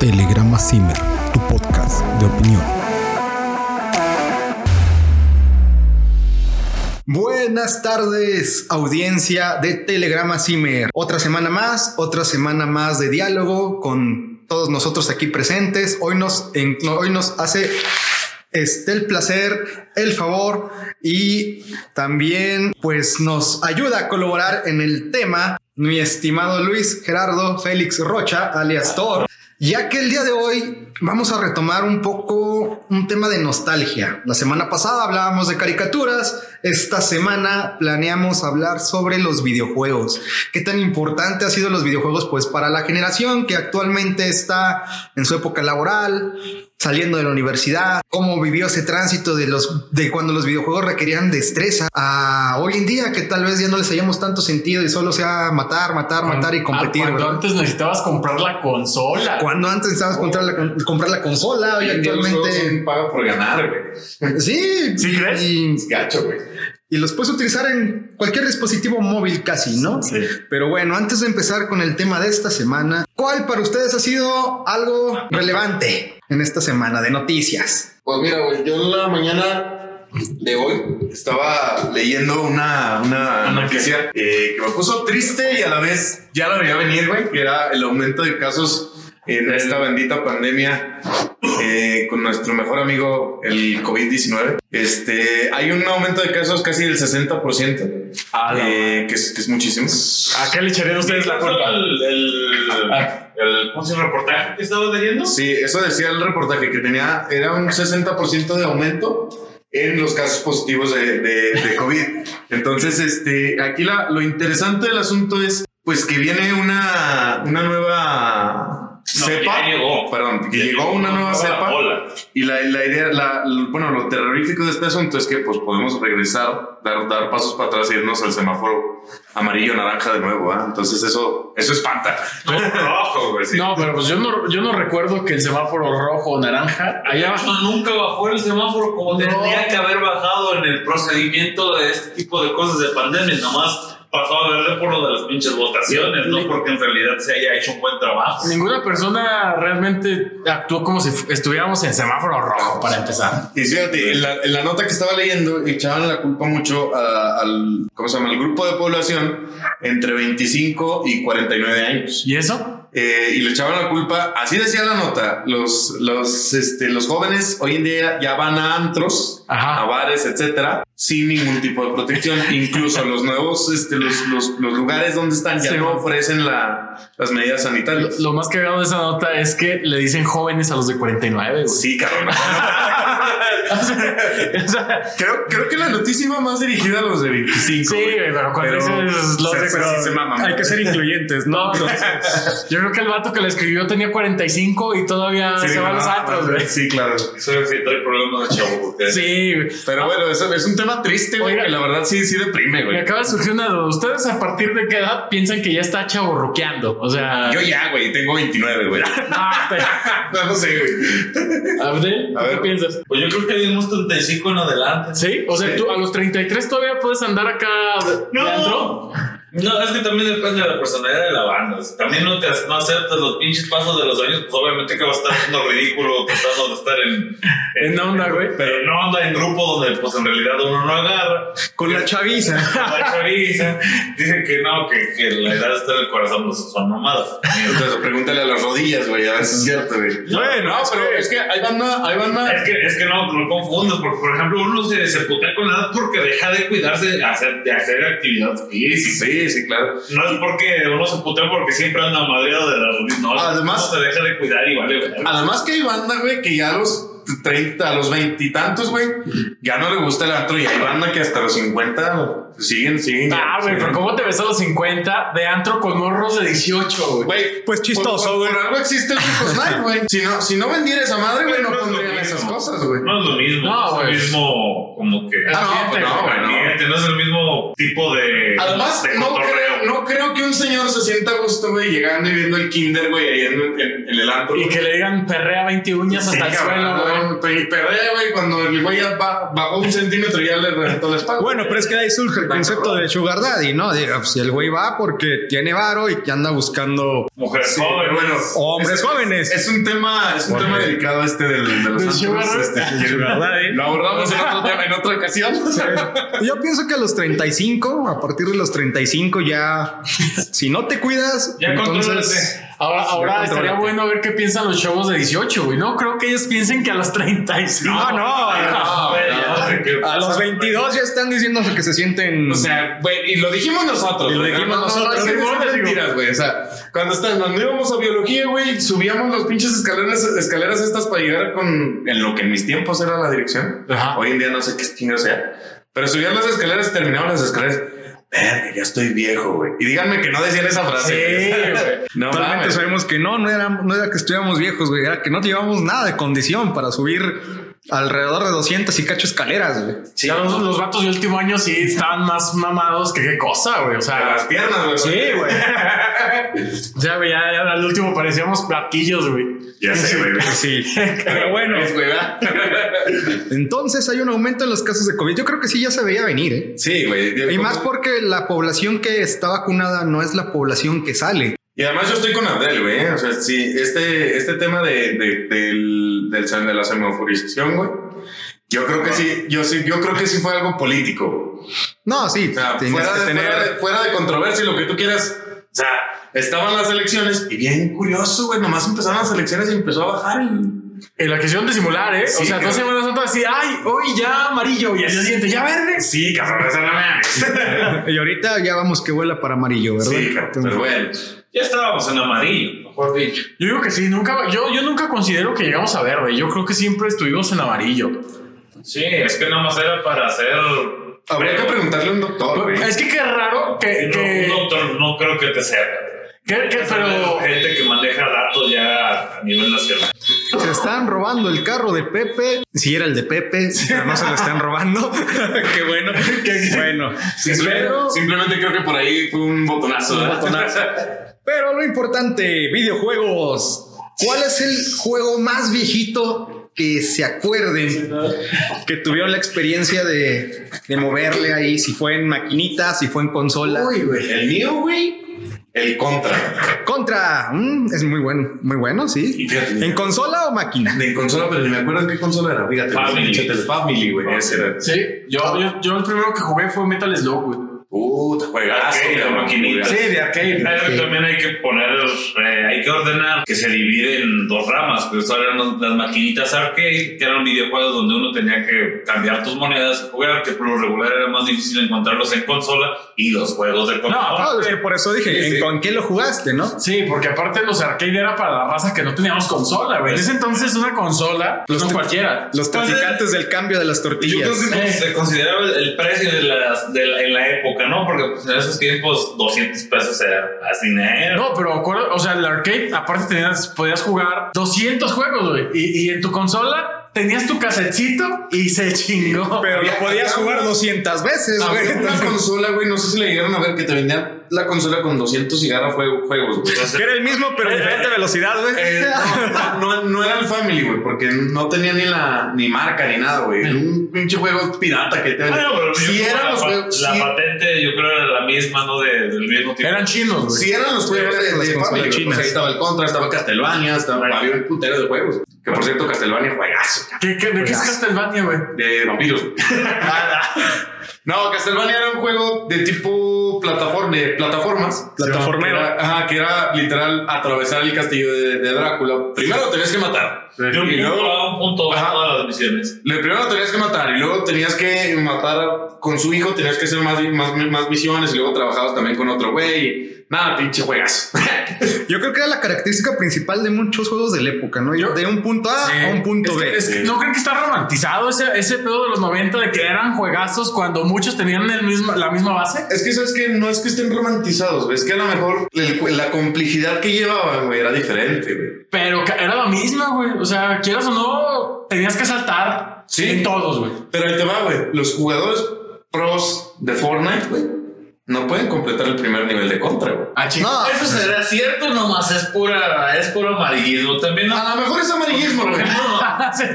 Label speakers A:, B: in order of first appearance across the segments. A: Telegrama Zimmer, tu podcast de opinión.
B: Buenas tardes, audiencia de Telegrama Zimmer. Otra semana más, otra semana más de diálogo con todos nosotros aquí presentes. Hoy nos, en- no, hoy nos hace este el placer, el favor y también pues nos ayuda a colaborar en el tema mi estimado Luis Gerardo Félix Rocha, alias Thor. Ya que el día de hoy vamos a retomar un poco un tema de nostalgia. La semana pasada hablábamos de caricaturas, esta semana planeamos hablar sobre los videojuegos. ¿Qué tan importante ha sido los videojuegos pues para la generación que actualmente está en su época laboral, saliendo de la universidad, cómo vivió ese tránsito de los de cuando los videojuegos requerían destreza a hoy en día que tal vez ya no les hayamos tanto sentido y solo sea matar, matar, matar y
C: Ah,
B: competir.
C: Cuando
B: ¿verdad?
C: antes necesitabas comprar la consola.
B: Cuando antes estabas comprar la, con- comprar la consola, hoy
D: Hoy en día los juegos
B: actualmente.
D: son paga por ganar, güey.
B: Sí,
C: ¿Sí crees?
B: Y,
D: Es gacho, güey.
B: y los puedes utilizar en cualquier dispositivo móvil casi, ¿no?
C: Sí.
B: Pero bueno, antes de empezar con el tema de esta semana, ¿cuál para ustedes ha sido algo relevante en esta semana de noticias?
D: Pues mira, güey, yo en la mañana de hoy estaba leyendo una, una
C: Una
D: noticia eh, que me puso triste y a la vez ya la veía venir, güey, que era el aumento de casos en esta bendita pandemia eh, con nuestro mejor amigo, el COVID-19. Este, hay un aumento de casos casi del 60%,
B: Ah,
C: A, la-
D: eh, que, es, que es muchísimo.
C: ¿A qué le echarían ustedes la culpa?
E: El, el,
C: Ah.
E: el- ¿Cómo se llama? reportaje que estabas leyendo?
D: Sí, eso decía el reportaje que tenía, era un 60% de aumento en los casos positivos de, de- de COVID. Entonces, este, aquí la- lo interesante del asunto es, pues, que viene una, una nueva
E: No,
D: cepa.
E: ya llegó.
D: Perdón, que llegó una nueva cepa.
E: Hola.
D: Y la, la idea, la- lo- bueno, lo terrorífico de este asunto es que, pues, podemos regresar, dar, dar pasos para atrás e irnos al semáforo amarillo, naranja de nuevo, ¿ah? Entonces, eso, eso espanta.
E: Rojo, güey. sí.
C: No, pero pues yo no, yo no recuerdo que el semáforo rojo o naranja
E: De
C: allá
E: hecho, nunca bajó el semáforo como
C: No.
E: tendría que haber bajado en el procedimiento de este tipo de cosas de pandemia. Nada más pasó a verle por lo de las pinches votaciones, no porque en realidad se haya hecho un buen trabajo.
C: ninguna persona realmente actuó como si fu- estuviéramos en semáforo rojo para empezar.
D: Y fíjate, en la, en la nota que estaba leyendo echaban la culpa mucho a- al, ¿cómo se llama? al grupo de población entre 25 y 49 años.
C: ¿Y eso?
D: Eh, y le echaban la culpa, así decía la nota, los, los, este, los jóvenes hoy en día ya van a antros, a
B: Ah.
C: Ajá.
D: bares, etcétera, sin ningún tipo de protección. Incluso los nuevos, este, los, los, los lugares donde están ya
C: Sí.
D: no ofrecen la- las medidas
C: Lo,
D: sanitarias.
C: lo más cagado de esa nota es que le dicen jóvenes a los de 49, güey.
D: Sí, cabrón.
C: O sea,
D: creo, creo que la noticia iba más dirigida a los de 25.
C: sí,
D: güey.
C: güey, pero cuando
D: Pero
C: dices los
D: se-
C: de
D: se- sí se maman.
B: Hay que ser incluyentes, ¿no?
C: No, pues, yo creo que el vato que la escribió tenía 45 y todavía
D: Sí,
C: se va a
D: no,
C: los
D: no,
C: antros,
D: no,
C: güey.
D: Sí, claro.
E: Eso sí trae problemas de chavo. porque-
C: Sí, güey.
D: Pero bueno, es, es un tema triste,
C: Ah.
D: güey,
C: Oiga.
D: que la verdad sí, sí deprime,
C: me
D: güey.
C: acaba de surgir una duda. ¿Ustedes a partir de qué edad piensan que ya está chaborroqueando? O sea,
D: Yo ya, güey, tengo 29, güey.
C: Ah, pero-
D: no, no sé, güey.
C: Abdel,
D: A
C: ¿tú ¿qué
D: ver.
C: piensas?
E: Pues yo creo que dimos 35 en adelante.
C: Sí, o sea,
D: Sí.
C: tú a los 33 todavía puedes andar acá de, de antro?
E: No, es que también depende de la personalidad de la banda. Si también no, te, no aceptas los pinches pasos de los años, pues obviamente que vas a estar haciendo ridículo tratando de estar en,
D: Eh,
C: En onda, güey.
E: Pero en onda, en grupo donde pues en realidad uno no agarra.
B: Con la chaviza.
E: La chaviza. Dicen que no, que, que la edad está en el corazón, pues son mamadas.
D: Entonces, pregúntale a las rodillas, güey, a ver si es cierto, güey.
E: Bueno,
D: no, pero es que hay banda, hay
E: Es
D: banda.
E: que, es que no, no confundas, porque por ejemplo uno se, se putea con la edad porque deja de cuidarse de hacer, de hacer actividad física.
D: Sí, sí, claro.
E: No es porque uno se putea porque siempre anda madreado de la rodilla. No,
D: Además-
E: uno se deja de cuidar y vale. verga.
D: Además que hay banda, güey, que ya a los 30, a los veintitantos, güey, ya no le gusta el antro y hay banda que hasta los 50 siguen, siguen.
C: Ah, güey,
D: siguen.
C: pero ¿cómo te ves a los 50 de antro con morros de 18, güey?
D: Güey,
B: Pues chistoso,
D: por- por-
B: güey.
D: Por algo existe el Rico Snack, güey. Si no, si no vendiera esa madre, güey, no
E: Pero no es lo
D: pondrían
E: mismo.
D: esas cosas, güey.
E: No es lo mismo.
C: No,
E: No, es
C: güey.
E: lo mismo como que
D: Ah, no, pues no, güey, no.
E: ambiente, no es el mismo tipo de,
D: Además,
E: de
D: no
E: cotorreo.
D: creo, no creo que un señor se sienta a gusto, güey, llegando y viendo el kinder, güey, ahí en, en- en el antro.
C: Y que le digan perrea 20 uñas
D: Sí,
C: hasta el
D: cabrón,
C: suelo, güey.
D: güey. Y perrea, güey, cuando el güey ya ba- bajó un centímetro ya le reventó la espalda.
B: Bueno, pero es que de ahí surge el concepto de Sugar Daddy, ¿no? De, pues, el güey va porque tiene varo y que anda buscando
E: Mujeres
D: Sí,
E: jóvenes.
D: pero bueno,
B: hombres
D: es-
B: jóvenes.
D: Es un tema, es un tema delicado este del, de los
C: Del
D: antros,
C: sugar,
D: este,
C: ¿eh?
D: si quieres,
C: Sugar daddy.
D: Lo abordamos en, otro tema, en otra ocasión.
B: Yo pienso que a los 35, a partir de los 35 ya, si no te cuidas,
E: Ya
B: entonces...
E: contrólate.
C: Ahora, ahora
B: controlate.
C: estaría bueno ver qué piensan los chavos de 18, güey. No creo que ellos piensen que a los 35.
B: No, no.
D: Ah, No,
E: Ah, güey,
D: no,
E: ya,
D: güey,
E: que-
B: Ah, A los 22 ya están diciéndose que se sienten...
D: O sea, güey, y lo dijimos nosotros.
B: Y lo
D: güey,
B: dijimos nosotros,
D: es que
B: güey,
D: no son
B: digo.
D: mentiras, güey. O sea, cuando, está, cuando íbamos a biología, güey, subíamos los pinches escaleras, escaleras estas para llegar con. En lo que en mis tiempos era la dirección.
B: Ah.
C: Ajá.
D: Hoy en día no sé qué chingo sea. Pero subían las escaleras, terminaban las escaleras. Verga, ya estoy viejo, güey. Y díganme que no decían esa frase. güey. No
B: Totalmente
D: mames.
B: sabemos que no, no era, no era que estuviéramos viejos, güey, era que no llevábamos nada de condición para subir alrededor de 200 y cacho escaleras, güey.
C: Sí, ya los, los vatos de último año sí estaban más mamados que qué cosa, güey. O
D: A
C: sea,
D: las piernas, güey.
C: sí, güey. o sea, güey, ya, ya al último parecíamos platillos, güey.
D: Ya sé, güey.
B: Sí, pero bueno.
D: Es, güey, ¿verdad?
B: Entonces hay un aumento en los casos de COVID. Yo creo que sí ya se veía venir, ¿eh?
D: Sí, güey.
B: Y más porque la población que está vacunada no es la población que sale.
D: Y además yo estoy con Abdel, güey. ¿eh? O sea, sí, este, este tema de, de, del, del, de la semaforización, güey. Yo creo que sí, yo sí, yo creo que sí fue algo político. güey.
B: No, sí,
D: O sea,
B: tenías
D: fuera
B: que
D: de,
B: tener.
D: fuera, de, fuera de controversia y lo que tú quieras. O sea, estaban las elecciones y bien curioso, güey. Nomás empezaron las elecciones y empezó a bajar el.
C: En la quisieron disimular, ¿eh?
D: Sí,
C: o sea,
D: claro.
C: dos semanas antes así, ay, hoy ya amarillo y al día siguiente ya verde.
D: Sí, cabrón, esa no mames.
B: Y ahorita ya vamos que vuela para amarillo, ¿verdad?
D: sí, cabrón, pero bueno.
E: Ya estábamos en amarillo, mejor dicho.
C: Yo digo que sí, nunca, yo, yo nunca considero que llegamos a verde. Yo creo que siempre estuvimos en amarillo.
E: Sí, es que nada más era para hacer.
D: Habría que preguntarle a un doctor, güey.
C: Pues, Es que qué raro que.
E: No,
C: que-
E: un doctor no creo que te sepa.
C: que- que- pero.
E: gente que maneja datos ya a nivel nacional.
B: Se están robando el carro de Pepe. Si era el de Pepe, pero no se lo están robando. Qué bueno. Qué bueno.
D: Simple-
B: Pero-
D: simplemente creo que por ahí fue un botonazo. ¿verdad?
B: Pero lo importante, videojuegos. ¿Cuál es el juego más viejito que se acuerden? Que tuvieron la experiencia de, de moverle ahí, si fue en maquinita, si fue en consola.
D: El mío, güey. El contra.
B: Contra. mm, es muy bueno, muy bueno, sí.
D: Y fíjate,
B: ¿En consola o máquina?
D: De consola, pero ni me acuerdo en qué consola era. Fíjate,
E: Family.
D: pinche tele- Family, güey. Ese era.
C: Sí, yo, yo, yo el primero que jugué fue Ah, Metal Slug, güey.
D: Puta, juegazo.
E: Arcade,
D: cabrón,
E: la maquinita.
D: juegazo.
C: de arcade.
E: Pero también hay que poner, eh, hay que ordenar que se divide en dos ramas. Que eso eran los- las maquinitas arcade, que eran videojuegos donde uno tenía que cambiar tus monedas y jugar, que por lo regular era más difícil encontrarlos en consola y los juegos de consola.
B: No, es que por eso dije,
D: Sí, sí.
B: ¿en con qué lo jugaste, no?
C: Sí, porque aparte los arcade era para la raza que no teníamos consola, güey. En ese entonces una consola,
B: Los
C: no
B: te-
C: cualquiera.
B: Los
E: Pues,
B: traficantes del cambio de las
E: Yo creo
B: tortillas.
E: que se consideraba el, el precio de las, de la, en la época, ¿no? Porque pues, en esos tiempos 200 pesos era más dinero.
C: No, pero acuerdo, o sea, el arcade, aparte tenías, podías jugar 200 juegos, güey. Y, y en tu consola tenías tu casetcito y se chingó.
B: Pero lo
D: Había-
B: podías
D: había
B: jugar
D: una-
B: 200 veces, güey.
D: Había una consola, güey. No sé si le llegaron a ver que te vendían la consola con 200 cigarros juegos, güey.
E: Entonces,
B: Que era el mismo, pero diferente velocidad, güey.
D: Eh, no, no, no era el Family, güey, porque no tenía ni la ni marca ni nada, güey. Era Un pinche juego pirata
C: Ah,
D: que te
E: Bueno, Ah, pero yo
D: Si
E: creo que
D: eran
E: la,
D: los
E: pa-
D: juegos.
E: la
D: si-
E: patente, yo creo era la misma, ¿no? De- del mismo tipo.
C: Eran chinos, güey.
D: Si eran los juegos de,
B: eran las
D: de
B: consolas
D: Family, güey.
B: chinas.
D: Pues ahí estaba el Contra, estaba Castlevania, estaba,
E: Right.
D: había un putero de juegos. Que por cierto, Castlevania juegazo,
C: ¿Qué, qué, ¿De qué es Castlevania, güey?
D: de vampiros. no, Castlevania era un juego de tipo plataforma, de plataformas.
B: Plataformero.
D: Que era- ajá, que era literal atravesar el castillo de, de Drácula. Primero tenías que matar.
E: De un
D: Y
E: punto
D: luego,
E: A un punto B
D: Ajá.
E: todas las misiones.
D: le- primero tenías que matar y luego tenías que matar a- con su hijo, tenías que hacer más, más, más misiones y luego trabajabas también con otro güey. Nada, pinche juegas.
B: Yo creo que era la característica principal de muchos juegos de la época, ¿no?
C: Yo-
B: de un punto A
C: Sí.
B: a un punto
C: Es que-
B: B.
C: es que no creo que está romantizado ese, ese pedo de los 90 de que eran juegazos cuando muchos tenían el mismo, la misma base.
D: Es que eso es que no es que estén romantizados, güey. Es que a lo mejor el- la complejidad que llevaban, güey, era diferente, güey.
C: Pero ca- era la misma, güey. O sea, quieras o no, tenías que saltar
D: Sí.
C: en todos, güey.
D: Pero ahí te va, güey. Los jugadores pros de Fortnite, güey, no pueden completar el primer nivel de contra, güey.
E: Ah, chico.
B: No.
E: Eso será cierto, nomás es pura, es puro amarillismo. También no-
D: A lo mejor es amarillismo,
E: Por
D: güey.
E: ejemplo,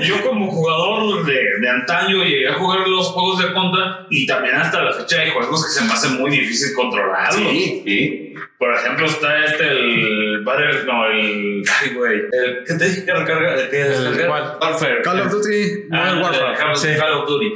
E: yo como jugador de, de antaño llegué a jugar los juegos de contra y también hasta la fecha hay juegos que se me hace muy difícil controlarlos.
D: Ah, sí.
E: Por ejemplo, está este, el Battle, no, el, ay, güey, el, ¿qué te dije que recarga? El, que descarga?
D: cuál?
E: Warfare.
B: Call of Duty, Modern
E: Ah,
B: Warfare.
E: Call of- Call of Duty.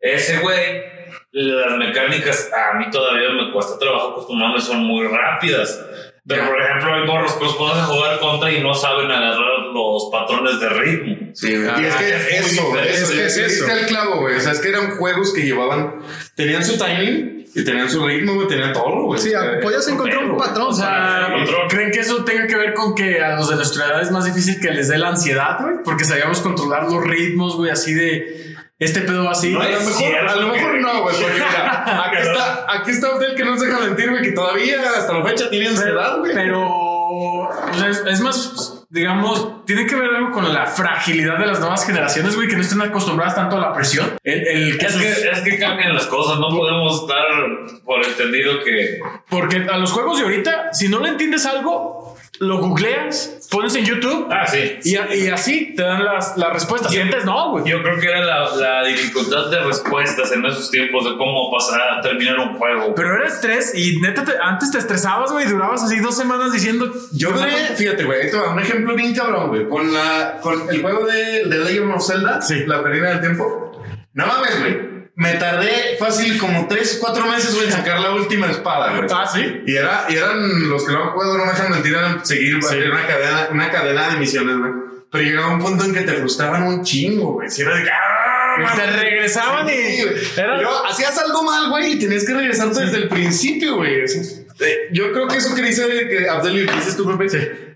E: Ese güey, las mecánicas a mí todavía me cuesta trabajo acostumbrarme, son muy rápidas. Pero, por ejemplo, hay morros que los pones a jugar contra y no saben agarrar los patrones de ritmo.
D: Sí, güey.
E: Ah,
D: y es que
E: es muy
D: eso,
E: diferente.
D: es que es eso. el clavo, güey. O sea, es que eran juegos que llevaban, tenían su timing y tenían su ritmo, güey, tenían todo, güey. Eh,
B: Sí,
D: O sea,
B: podías encontrar un patrón.
C: O sea,
E: Control.
C: ¿creen que eso tenga que ver con que a los de nuestra edad es más difícil que les dé la ansiedad, güey? Porque sabíamos controlar los ritmos, güey, así de este pedo así.
E: No
D: A lo
E: es
D: mejor,
E: cierto,
D: pues, a lo mejor
E: güey.
D: no, güey, porque mira, aquí está, aquí está Abdel que no nos deja mentir, güey, que todavía hasta la fecha tiene ansiedad, güey.
C: Pero o sea, es, es más, digamos, tiene que ver algo con la fragilidad de las nuevas generaciones, güey, que no estén acostumbradas tanto a la presión. El, el que
E: Es
C: sus-
E: que, es que cambian las cosas, no podemos dar por entendido que
C: Porque a los juegos de ahorita, si no le entiendes algo, lo googleas, pones en YouTube
E: Ah, sí.
C: y, a- y así te dan las, las respuestas. Y antes no, güey.
E: Yo creo que era la, la dificultad de respuestas en esos tiempos de cómo pasar a terminar un juego.
C: Pero era estrés y neta, te- antes te estresabas, güey, durabas así dos semanas diciendo.
D: Yo duré, fíjate, güey, ahí te va un ejemplo bien cabrón, güey. Con, la, con el juego de, de Legend of Zelda,
C: Sí.
D: la Ocarina del Tiempo. No mames, güey. Me tardé fácil como 3, 4 meses, güey, en sacar la última espada, güey.
C: Ah, sí.
D: Y, era, y eran los que lo han jugado, no me dejan mentir, eran seguir
C: Sí.
D: era una, cadena, una cadena de misiones, güey. Pero llegaba un punto en que te frustraban un chingo, güey. Si era de que, ¡ah,
C: Te
D: mames!
C: regresaban
D: Sí, güey.
C: y. Era-
D: Yo, hacías algo mal, güey, y tenías que regresar desde el principio, güey. O sea, eh, Yo creo que eso que dice de que Abdel y que dices tú, Pepe,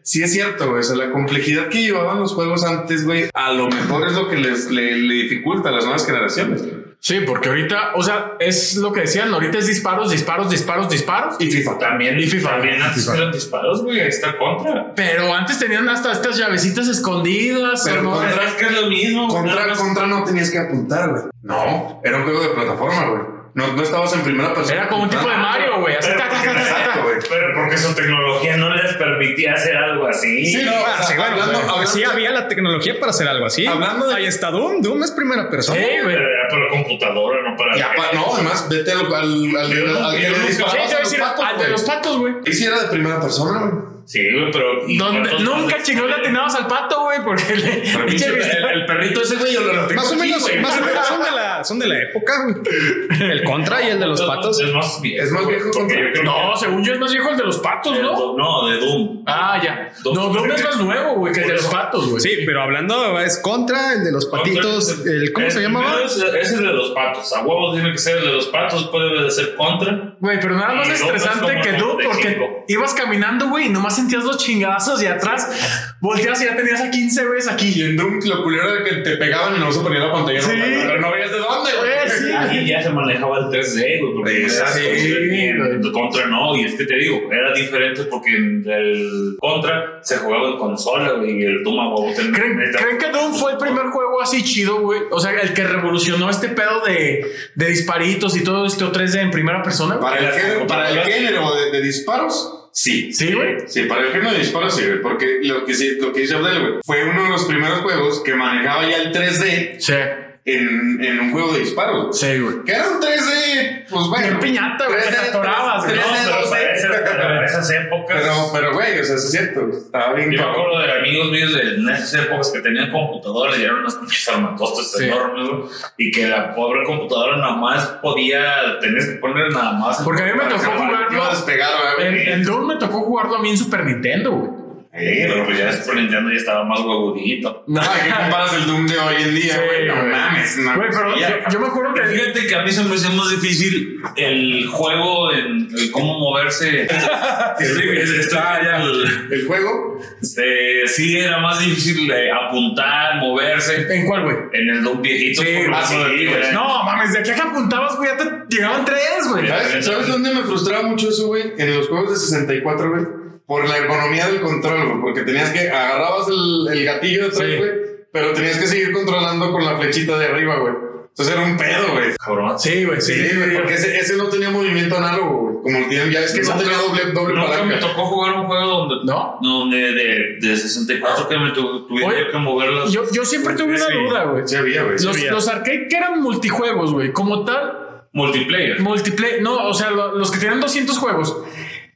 D: sí. es cierto, güey. O sea, la complejidad que llevaban los juegos antes, güey, a lo mejor es lo que les le, le dificulta a las nuevas generaciones.
C: Sí, porque ahorita, o sea, es lo que decían, ahorita es disparos, disparos, disparos, disparos.
D: Y FIFA.
E: También,
C: Y FIFA.
E: también antes
B: FIFA.
E: eran disparos, güey, ahí está contra.
C: Pero antes tenían hasta estas llavecitas escondidas.
D: Pero
C: o no,
D: con- Contra-
E: es que es lo mismo. nada
D: Contra,
E: más.
D: contra no tenías que apuntar, güey. No, era un juego de plataforma, güey. No, no estabas en primera persona.
C: Era como un tipo de Mario, güey. Así,
E: Pero
C: ta, ta, ta, ta, ta,
D: Exacto,
C: ta.
D: güey.
E: Pero porque su tecnología no les permitía hacer algo así.
D: Sí, no,
A: Ah, sí, bueno,
D: hablando,
A: pues,
D: hablando-
A: sí había la tecnología para hacer algo así.
D: Hablando de-
A: Ahí está Doom. Doom es primera persona.
C: Sí,
E: pero
C: güey.
E: era para computadora, no para.
D: Y apa- no, además, vete al. al, al,
E: Yo nunca-
D: al- al-
E: yo nunca-
D: al-
C: Sí, te voy a
D: al-
C: decir,
D: al- al-
C: al de los patos, güey.
D: Y si era de primera persona, güey.
E: Sí, güey, pero. ¿y
C: Donde
E: cuántos
C: nunca
E: más-
C: chingón le atinabas al pato, güey, porque le.
E: Pero
C: pinche
E: pinche- El,
C: vista-
E: el perrito ese, güey, yo lo, lo tengo.
A: Más o
E: aquí,
A: menos,
E: güey.
A: más o menos son de la, son de la época. güey. El contra y el de los
E: Es más-
A: patos.
E: Es más viejo.
D: Es más
E: güey,
D: viejo
E: porque
D: contra-
E: yo creo
C: No, según yo es más viejo el de los patos,
E: que-
C: ¿no?
E: No, de Doom.
C: Ah, ya. No, Doom es más nuevo, güey, que el de los patos,
B: Pues
C: güey.
A: Sí, pero hablando es contra el de los patitos.
E: Contra-
A: El, ¿Cómo
E: el
A: se llamaba?
E: primero Es, es el de los patos. A huevos tiene que ser el de los patos. Puede ser contra.
C: Güey, pero nada más
E: Y Doom es
C: estresante
E: como
C: que Doom,
E: 95.
C: porque ibas caminando, güey, y nomás sentías los chingazos y atrás volteabas y ya tenías a 15 güeyes
D: Y
C: aquí.
D: en Doom lo culero era que te pegaban y no se ponía la pantalla.
C: Sí.
D: normal, Pero no veías de dónde,
C: Güey,
D: güey.
C: Pues, sí.
E: Ahí ya se manejaba el 3D, güey. Porque
D: Exacto,
E: era
D: sí,
E: bien,
C: güey.
E: contra no. Y es que te digo, era diferente porque en el contra se jugaba en consola, güey. Y el Doom a huevo tenía-
C: ¿Creen, creen que Doom fue el primer juego así chido, güey? O sea, el que revolucionó este pedo de, de disparitos y todo esto 3D en primera persona. güey.
D: Para el género, para el género de, de disparos, sí.
C: Sí, güey.
D: Sí, para el género de disparos, sí, güey. Porque lo que, sí- lo que dice Abdel, güey, fue uno de los primeros juegos que manejaba ya el 3D
C: Sí,
D: en, en un juego de disparos.
C: sí, güey.
D: Que era un 3D, pues bueno.
C: Bien piñata, güey,
D: 3D,
C: te atorabas,
E: Ah, No,
D: 3D,
E: pero
D: 12.
E: para, ese- para esas épocas.
D: Pero, pero, güey, o sea, sí es cierto. Estaba bien
E: Yo me
D: cabrón.
E: acuerdo de amigos míos de en esas épocas que tenían computadoras y eran unas pinches armatostas
C: Sí.
E: enormes, güey, y que la pobre computadora nada más podía, tenías que poner nada más.
C: Porque a mí me tocó
E: jugar.
D: Iba
C: jugarlo.
D: despegado,
C: El,
D: güey.
C: el Doom me tocó jugarlo a mí en Super Nintendo, güey.
E: pero pues ya es por Nintendo ya estaba más huevudito.
D: No, ¿qué comparas el Doom de hoy en día,
C: Sí,
D: güey? no
C: güey.
D: mames, no.
C: Güey, pero yo, yo me acuerdo
E: Pero
C: que.
E: fíjate que a mí se me hacía más difícil el juego, en el cómo moverse. Sí, güey, esto-
D: El juego,
E: eh, sí, era más difícil eh, apuntar, moverse.
C: ¿En cuál, güey?
E: En el Doom viejito.
C: Sí,
E: por
D: ah, sí,
E: lo menos,
D: güey.
E: güey.
C: No, mames, de aquí a que apuntabas, güey, ya te llegaban tres, güey.
E: Ya.
D: ¿sabes, ¿sabes dónde me frustraba mucho eso, güey? En los juegos de 64, güey. Por la economía del control, güey. Porque tenías que. Agarrabas el, el gatillo de atrás,
C: Sí.
D: güey. Pero tenías que seguir controlando con la flechita de arriba, güey. Entonces era un pedo, güey.
E: Cabrón.
C: Sí, güey, sí.
D: Sí, güey,
C: güey.
D: porque ese, ese no tenía movimiento análogo, güey. Como el tienen ya, es que no,
E: Nunca-
D: tenía doble, doble
E: Nunca me
D: palanca.
E: tocó jugar un juego donde.
C: ¿No?
E: Donde de, de 64 que me tu-
C: Oye,
E: tuviera que mover las.
C: Yo, yo siempre tuve una
A: Sí.
C: duda, güey.
D: Sí había, güey. sí
C: Los,
D: había.
C: los arcade que eran multijuegos, güey. Como tal,
E: Multiplayer.
C: Multiplayer, no, o sea, lo- los que tenían 200 juegos.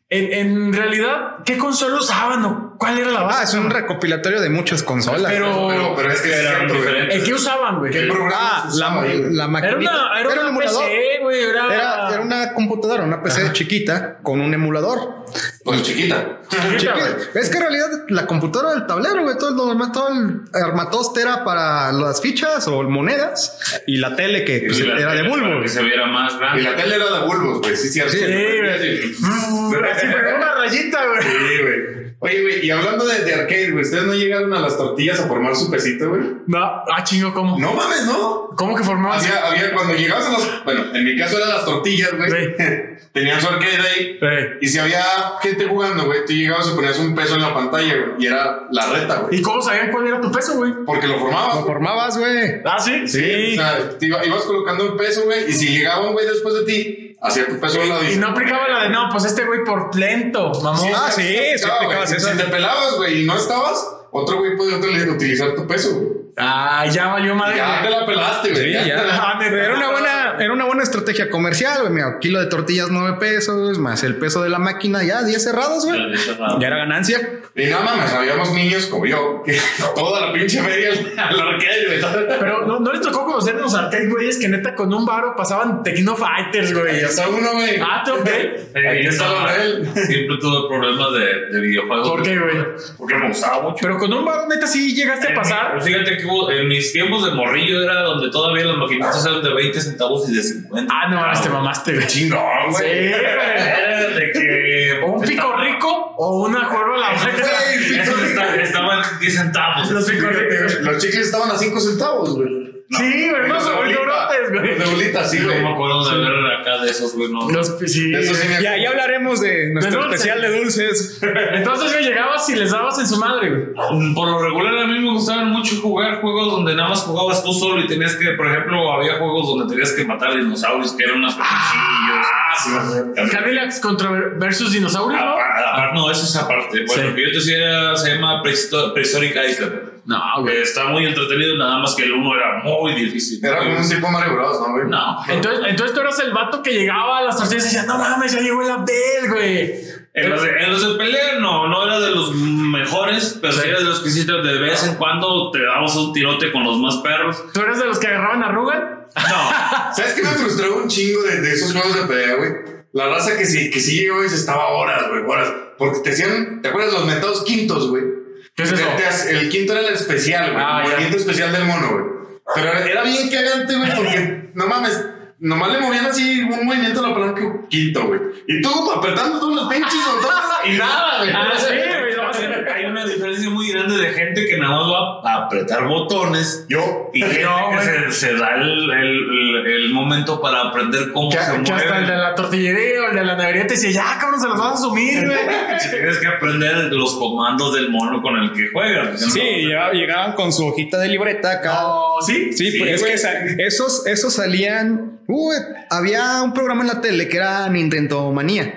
C: En, en realidad, ¿qué consola usaban o cuál era la
B: Ah,
C: base?
B: es un recopilatorio de muchas consolas. Ah,
C: pero,
D: Pero, pero es que es
E: Eran
D: cierto, güey.
E: diferentes.
C: ¿en qué usaban, güey?
D: ¿Qué
C: Era
D: programa
B: Ah, la, la maquinita.
C: una, era
B: un
C: una
B: emulador.
C: PC, güey. Era,
B: Era, era una computadora, una PC chiquita con un emulador.
D: Pues chiquita.
C: Chiquita,
B: Chiquita.
C: güey.
B: Es que en realidad la computadora del tablero, güey, todo, lo demás, todo el armatoste era para las fichas o monedas y la tele que pues,
E: Y la
B: era de
E: tele para
B: bulbo.
E: Que
B: güey.
E: se viera más
D: Y
E: grande.
D: la tele era de bulbos, güey. Sí, cierto.
B: Sí,
C: güey. Así, pero una rayita, güey.
D: Sí, güey. Oye, güey, y hablando de, de arcade, güey, ¿ustedes no llegaron a las tortillas a formar su pesito, güey?
C: No, ah, chingo, ¿cómo?
D: No mames, ¿no?
C: ¿Cómo que formaban? así?
D: Había, había, cuando llegabas a las... Bueno, en mi caso eran las tortillas, güey. Tenían su arcade ahí.
C: Ey.
D: Y si había gente jugando, güey, tú llegabas y ponías un peso en la pantalla, güey. Y era la reta, güey.
C: ¿Y cómo sabían cuál era tu peso, güey?
D: Porque lo formabas.
B: Lo formabas, güey.
C: Ah, sí.
D: Sí, o sea, te iba- ibas colocando el peso, güey, y si llegaba un güey después de ti, hacía tu peso a un lado.
C: Y no aplicaba la de no, pues este güey por lento, mamón.
B: Ah, sí, sí
D: aplicaba, güey.
B: aplicabas esa.
D: Si te pelabas, güey, y no estabas, otro güey podía util- utilizar tu peso, güey.
C: Ah, ya valió madre.
D: Ya te
C: güey.
D: la pelaste, güey.
B: Sí, ya.
C: Ah, neta.
B: Era una buena, era una buena estrategia comercial, güey. Mira, kilo de tortillas, nueve pesos, más el peso de la máquina, ya 10 cerrados, güey. Ya era ganancia.
D: Y no mames, habíamos niños como yo, que toda la pinche feria al arcade, güey.
C: Pero no, no les tocó conocer los arcade güeyes que neta con un varo pasaban Tecno Fighters,
D: Y
C: güey.
D: hasta uno, güey.
C: Ah, ¿tú qué?
D: Ahí
E: Eh,
D: estaba
E: no,
D: él.
E: Siempre tuve problemas de, de videojuegos.
C: ¿Por qué, güey?
E: Porque me gustaba mucho.
C: Pero con un varo neta sí llegaste a pasar.
E: Pero fíjate que hubo- en mis tiempos de morrillo era donde todavía las maquinitas eran de 20 centavos y de 50.
C: Ah, no, mames, te mamaste, güey.
D: Chingón,
C: Sí,
D: güey.
C: güey.
E: Era de que.
C: O un pico
E: estaba-
C: rico o una cuerva a la
D: Güey, pico
E: Esos
D: rico.
E: esta- estaban 10 centavos.
C: Los pico
D: Fíjate,
C: ricos.
D: güey, Los chicles estaban a 5 centavos, güey.
C: Sí, güey, no
D: Los de
C: son
D: bolita.
C: llorotes, güey.
D: Los de bolita, sí,
E: Sí, no
D: güey.
E: me acuerdo de ver acá de esos, güey. No.
C: Los, sí.
D: Eso sí me
B: Ya, ya hablaremos de nuestro
C: dulces.
B: especial de dulces.
C: Entonces, güey, llegabas y les dabas en su madre, güey.
E: Mm, Por lo regular a mí me gustaban mucho jugar juegos donde nada más jugabas tú solo y tenías que, por ejemplo, había juegos donde tenías que matar dinosaurios que
C: Ah,
E: eran unas cosillas.
C: Cadillacs contra versus dinosaurios, ¿no?
E: Apar- apar- Ah, no, eso es aparte. Bueno,
C: Sí.
E: lo que yo te decía se llama Prehisto- Prehistoric Island.
C: No,
E: Eh, Está muy entretenido, nada más que el uno era muy difícil.
D: Era como un tipo Mario Bros, ¿no, güey?
E: No.
C: Entonces, entonces tú eras el vato que llegaba a las tortillas y decía, no mames, ya llegó el Abdel, güey.
E: En los, de, en los de pelea no, no era de los mejores, pero sí era de los que sí te- de vez en cuando te dabas un tirote con los más perros.
C: ¿Tú eres de los que agarraban a Rugal?
E: No,
D: ¿Sabes qué me frustró un chingo de, de esos juegos de pelea, güey? La raza que sí, que sí llegó y se estaba horas, güey, horas. Porque te hacían, ¿te acuerdas los mentados quintos, güey?
C: ¿Qué es eso?
D: Te- te hace- el quinto era el especial, güey.
C: Ah,
D: el
C: ya.
D: movimiento especial del mono, güey. Pero era- era bien cagante, güey, porque no mames. Nomás le movían así un movimiento a la palanca quinto, güey. Y tú apretando todos los pinches botones y nada, güey.
C: Ah, sí, güey, no, sí.
E: hay una diferencia muy grande de gente que nada más va a apretar botones
D: Yo.
E: y gente
C: No,
E: que
C: güey.
E: se, se da el, el- el- el momento para aprender cómo
C: Que,
E: se
C: que hasta el de
E: mueve.
C: la tortillería o el de la navería te decía, ya, cabrón, se los vas a asumir, güey.
E: Tienes que aprender los comandos del mono con el que juegas.
B: Sí, ya llegaban con su hojita de libreta acá.
C: Oh, ¿sí?
B: Sí,
E: Sí,
B: pues, es
E: güey.
B: que sa- esos, esos salían. Uh, había un programa en la tele que era Nintendo Manía.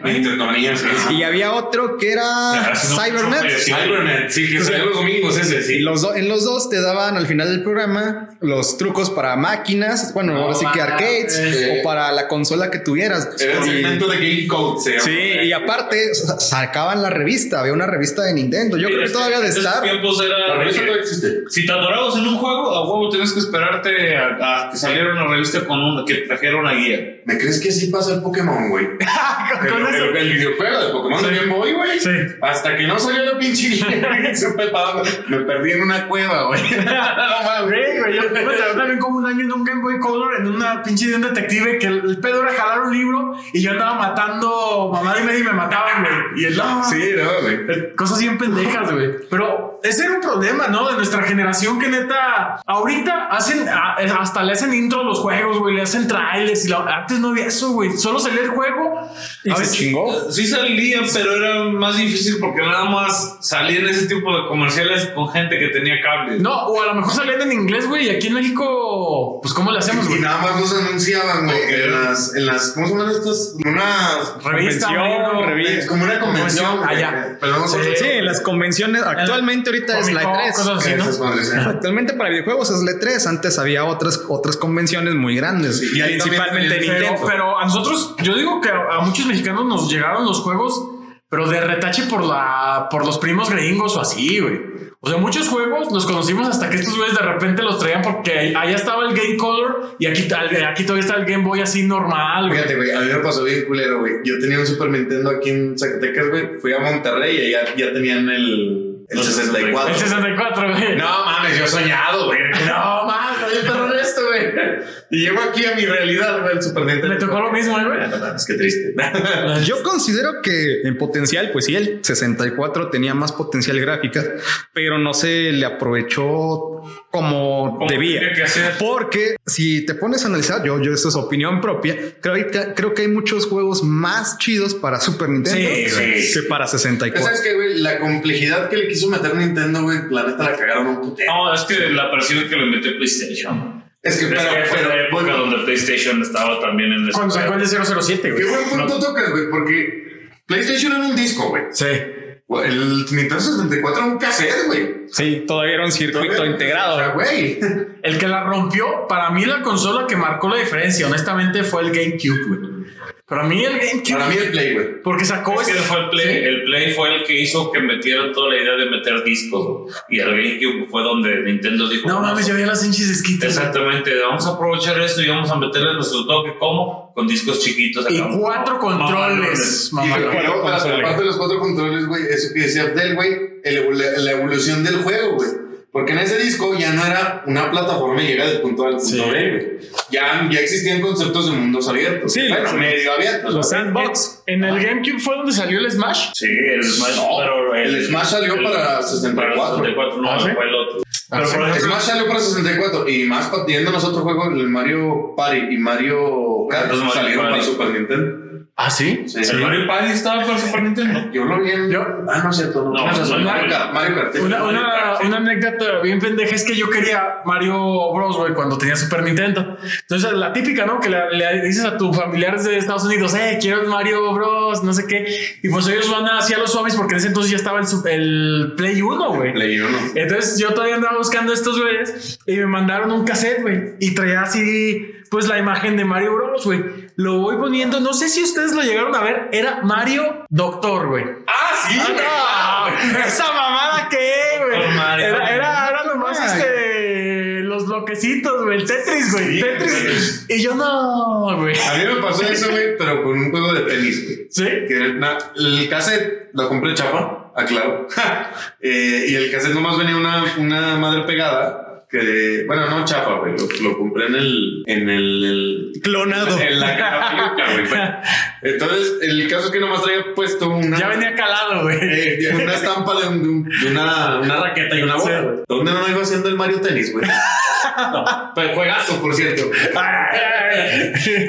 B: Y había otro que
E: Ah,
B: era ah, Cybernet.
D: Cybernet, sí, que salió los domingos ese,
B: Y
D: sí.
B: los do- en los dos te daban al final del programa los trucos para máquinas, bueno,
C: No
B: ahora sí que
C: mames.
B: arcades
D: Sí.
B: o para la consola que tuvieras.
D: Era el
B: Y-
D: segmento de Game Code, se llama.
B: sí, y aparte sa- sacaban la revista, había una revista de Nintendo. Yo
E: Este,
B: creo que todavía de estar.
D: La revista todavía existe.
E: Si te atorabas en un juego, a huevo tienes que esperarte a, a que saliera una revista con una, que trajera una guía.
D: ¿Me crees que sí pasa el Pokémon, güey?
C: Con,
D: El,
C: con eso.
D: el- el videojuego de Pokémon de Game Boy, güey.
C: Sí.
D: Hasta que no salió la pinche guía, supe pa' dónde. Me perdí en una cueva, güey.
C: No mames, güey, yo me tardé también como un año en un Game Boy Color en una pinche de un detective que el, el pedo era jalar un libro y yo andaba matando mamá y media y me mataban, güey. Y el no.
D: Sí, no, güey.
C: Cosas bien pendejas, güey. Pero ese era un problema, ¿no? De nuestra generación que neta, ahorita hacen, a- hasta le hacen intro a los juegos, güey, le hacen bailes. Y la- antes no había eso, güey. Solo salía el juego.
A: Y
C: A
A: Ah, se
C: veces-
A: chingó.
E: Sí salía, pero era más difícil porque nada más salían ese tipo de comerciales con gente que tenía cables.
C: No, o a lo mejor salían en inglés, güey. Y aquí en México, pues, ¿cómo le hacemos,
D: Y
C: güey?
D: nada más nos anunciaban, güey, en las, en las, ¿cómo se llaman estas? Como Una
C: Revista,
A: Convención,
C: amigo.
A: revista.
D: Es como una convención.
C: Convención,
D: güey.
C: allá.
D: Pero no me acuerdo
C: Sí.
D: cómo
A: Sí,
D: se llama.
A: las convenciones. Actualmente ahorita es la E
C: Comic-Con,
A: E3.
C: cosas así, ¿no?
D: Esas madres, ¿eh?
B: Actualmente para videojuegos es la E3. Antes había otras, otras convenciones muy grandes.
D: Sí, y ahí
B: principalmente
D: también-
B: en
C: Pero,
B: Nintendo.
C: pero a nosotros, yo digo que a, a muchos mexicanos nos llegaron los juegos, pero de retache por la, por los primos gringos o así, güey. O sea, muchos juegos los conocimos hasta que estos güeyes de repente los traían porque allá estaba el Game Color y aquí, al- aquí todavía está el Game Boy así normal, güey.
D: Fíjate, güey, a mí me pasó bien culero, güey. Yo tenía un Super Nintendo aquí en Zacatecas, güey. Fui a Monterrey y allá ya tenían el, el
E: Los
D: 64.
C: El 64, güey.
D: No mames, yo he soñado, güey. No mames, yo perro de esto, güey. Y llego aquí a mi realidad, güey, el Super Nintendo.
C: Me tocó lo mismo, güey.
D: No mames, qué triste.
B: Yo considero que en potencial, pues sí, el 64 tenía más potencial gráfica, pero no se le aprovechó como
E: Como
B: debía.
E: tenía que hacer.
B: Porque si te pones a analizar, yo, yo, esto es opinión propia, creo que, creo que hay muchos juegos más chidos para Super Nintendo
E: Sí, sí.
B: que para 64.
D: ¿Sabes qué, güey? La complejidad que le quiso meter Nintendo, güey, la neta la cagaron un putero.
E: No, es que la presión que le metió PlayStation.
D: Es que,
E: Es
D: pero,
E: que fue
D: pero,
E: la época
D: bueno,
E: donde PlayStation estaba también en
C: Cuando sacó el
E: el
C: de 007,
D: qué
C: güey.
D: buen punto tocas, güey, porque PlayStation era un disco, güey.
C: Sí.
D: El Nintendo 64 era un cassette, güey.
A: Sí, todavía era un circuito
D: O sea,
A: integrado.
D: güey.
C: El que la rompió, para mí la consola que marcó la diferencia, honestamente, fue el GameCube, güey. Para mí el GameCube.
D: Para mí el Play, güey.
C: Porque sacó este-
E: Es que
C: ese-
E: fue el Play,
C: Sí.
E: el Play fue el que hizo que metieran toda la idea de meter discos. Y el GameCube fue donde Nintendo dijo:
C: No mames, ya veía las hinchas esquitas.
E: Exactamente, vamos a aprovechar esto y vamos a meterle nuestro toque como con discos chiquitos.
C: Y
E: acá.
C: cuatro controles.
D: Y
C: mamá.
D: lo que
A: cuatro
D: luego, para
A: controles.
D: aparte de los cuatro controles, güey, eso que decía Abdel, güey, el evol- la, evolución del juego, güey. Porque en ese disco ya no era una plataforma y llega del punto A al punto
C: Sí.
D: B, güey. Ya, ya existían conceptos de mundos abiertos.
A: Sí,
D: bueno,
A: los-
D: medio abiertos.
A: Los
D: güey.
A: sandbox.
C: En el GameCube fue donde salió el Smash.
E: Sí, el Smash,
D: No,
E: pero
D: el Smash salió para 64.
E: Para 64, no,
C: Ah, ¿sí?
E: fue el otro. Pero
C: sí.
E: por
D: Es
E: ejemplo,
D: más, salió para 64 y más patiendo nosotros juegos, el Mario Party y Mario Kart
E: Los Mario
D: salieron para
E: Party.
D: Super Nintendo.
C: Ah, sí.
D: Sí.
E: el Mario Party estaba para Super Nintendo.
D: Yo lo vi en.
C: Yo-
D: Ah, no es cierto. No,
E: No,
D: Tienes razón,
E: no,
D: Mario
E: no.
D: Kart. Mario Kart.
C: Una, una-
E: Sí.
C: una anécdota bien pendeja es que yo quería Mario Bros, güey, cuando tenía Super Nintendo. Entonces, la típica, ¿no? Que le, le dices a tus familiares de Estados Unidos, eh, quiero el Mario Bros, no sé qué. Y pues ellos van hacia los zombies porque en ese entonces ya estaba el, su- el Play 1, güey.
D: Play uno.
C: Entonces yo todavía andaba buscando estos güeyes y me mandaron un cassette, güey. Y traía así, pues la imagen de Mario Bros, güey. Lo voy poniendo, no sé si ustedes lo llegaron a ver, era Mario Doctor, güey.
E: Ah, sí,
C: Ah, no, Oh, esa mamada que, güey.
E: Con Mario.
C: Era, era, era nomás este, los bloquecitos, güey, el Tetris, güey.
D: Sí,
C: Tetris. Y yo no, güey.
D: A mí me pasó eso, güey, pero con un juego de tenis, güey.
C: ¿Sí?
D: Que era una- el cassette lo compré chapa, aclaro. Eh, y el cassette nomás venía una, una madre pegada. Que, bueno, no chapa, güey. Lo, lo compré en el. En el. el-
B: Clonado.
D: en la carapeluca, güey. Bueno, Entonces, el caso es que nomás traía puesto una.
C: Ya venía calado, güey.
D: eh, una estampa de, un- de un- de una, una raqueta y una bola. güey. ¿Dónde no iba haciendo el Mario Tenis, güey? No, pero juegazo, por cierto.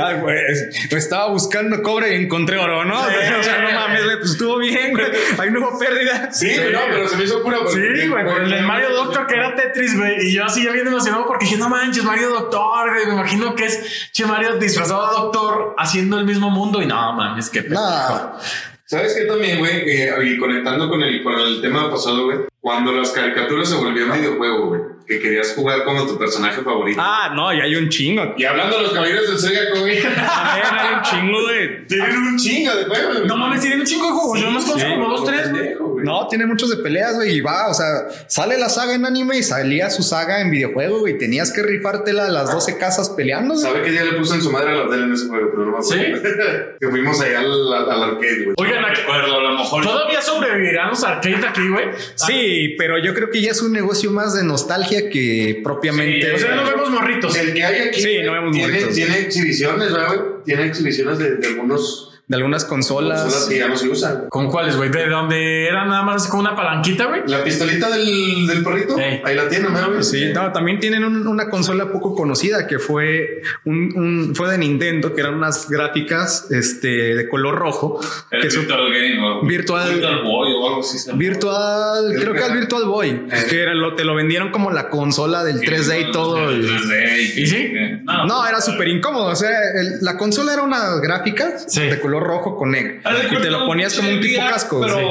B: Ah, güey, es- estaba buscando cobre y encontré oro, ¿no? O sea, no mames, güey, pues estuvo bien, güey. Ahí no hubo pérdida.
D: Sí, güey, no, pero se me hizo pura.
C: Sí, güey, con el de Mario Doctor que era Tetris, güey. Y yo así ya bien emocionado porque dije, no manches, Mario Doctor, güey. Me imagino que es Che Mario disfrazado de Doctor haciendo el mismo mundo. Y no, mames, que.
B: No.
D: ¿Sabes qué también, güey? Eh, y conectando con el, con el tema pasado, güey. Cuando las caricaturas se volvían videojuego, güey. Que querías jugar como tu personaje favorito.
B: Ah, no, y hay un chingo.
D: Y hablando de los caballeros del Zodiaco, güey.
B: También hay un chingo de.
D: tienen un chingo de juegos, güey.
C: No mames, tienen un chingo de juegos. yo más conozco como dos, tres, güey.
D: Pendejo, güey.
B: No, tiene muchos de peleas, güey, y va, o sea, sale la saga en anime y salía su saga en videojuego, güey, tenías que rifártela a las 12 casas peleando. güey.
D: ¿Sabe que ya le puso en su madre a la tele en ese juego? Pero no me acuerdo. Que fuimos allá al, al- al arcade, güey.
C: Oigan,
E: No
C: aquí-
E: recuerdo, a lo mejor.
C: todavía sobrevivirán los arcades aquí, güey.
B: Sí, pero yo creo que ya es un negocio más de nostalgia que propiamente.
C: O sea, ya nos vemos morritos.
D: El que hay aquí
B: Sí,
D: güey,
B: no vemos
D: tiene,
B: muertos.
D: tiene exhibiciones, ¿verdad, güey. Tiene exhibiciones de, de algunos
B: de algunas consolas.
D: Son las que ya no se usan.
C: ¿Con cuáles, güey? De donde era nada más así como una palanquita, güey.
D: La pistolita del, del perrito,
C: Ey.
D: ahí la tienen, ¿no, güey?
B: Sí, no, también tienen un- una consola poco conocida que fue un, un- fue de Nintendo, que eran unas gráficas este de color rojo,
E: El
B: que su-
E: Virtual Game o
B: Virtual-
E: Virtual Boy o algo así. se llama.
B: Virtual,
D: El
B: creo que
D: que-
B: al Virtual Boy,
D: Eh.
B: que era lo, te lo vendieron como la consola del 3D y todo.
E: El
B: y-
E: 3D y-
C: ¿Y sí?
E: No, pues,
B: no, era súper incómodo. O sea, el- la consola era una gráfica
C: Sí.
B: de color rojo con negro
E: Haz de
B: y te
E: cuenta
B: lo ponías como un tipo
E: VR,
B: casco.
E: Pero
B: sí.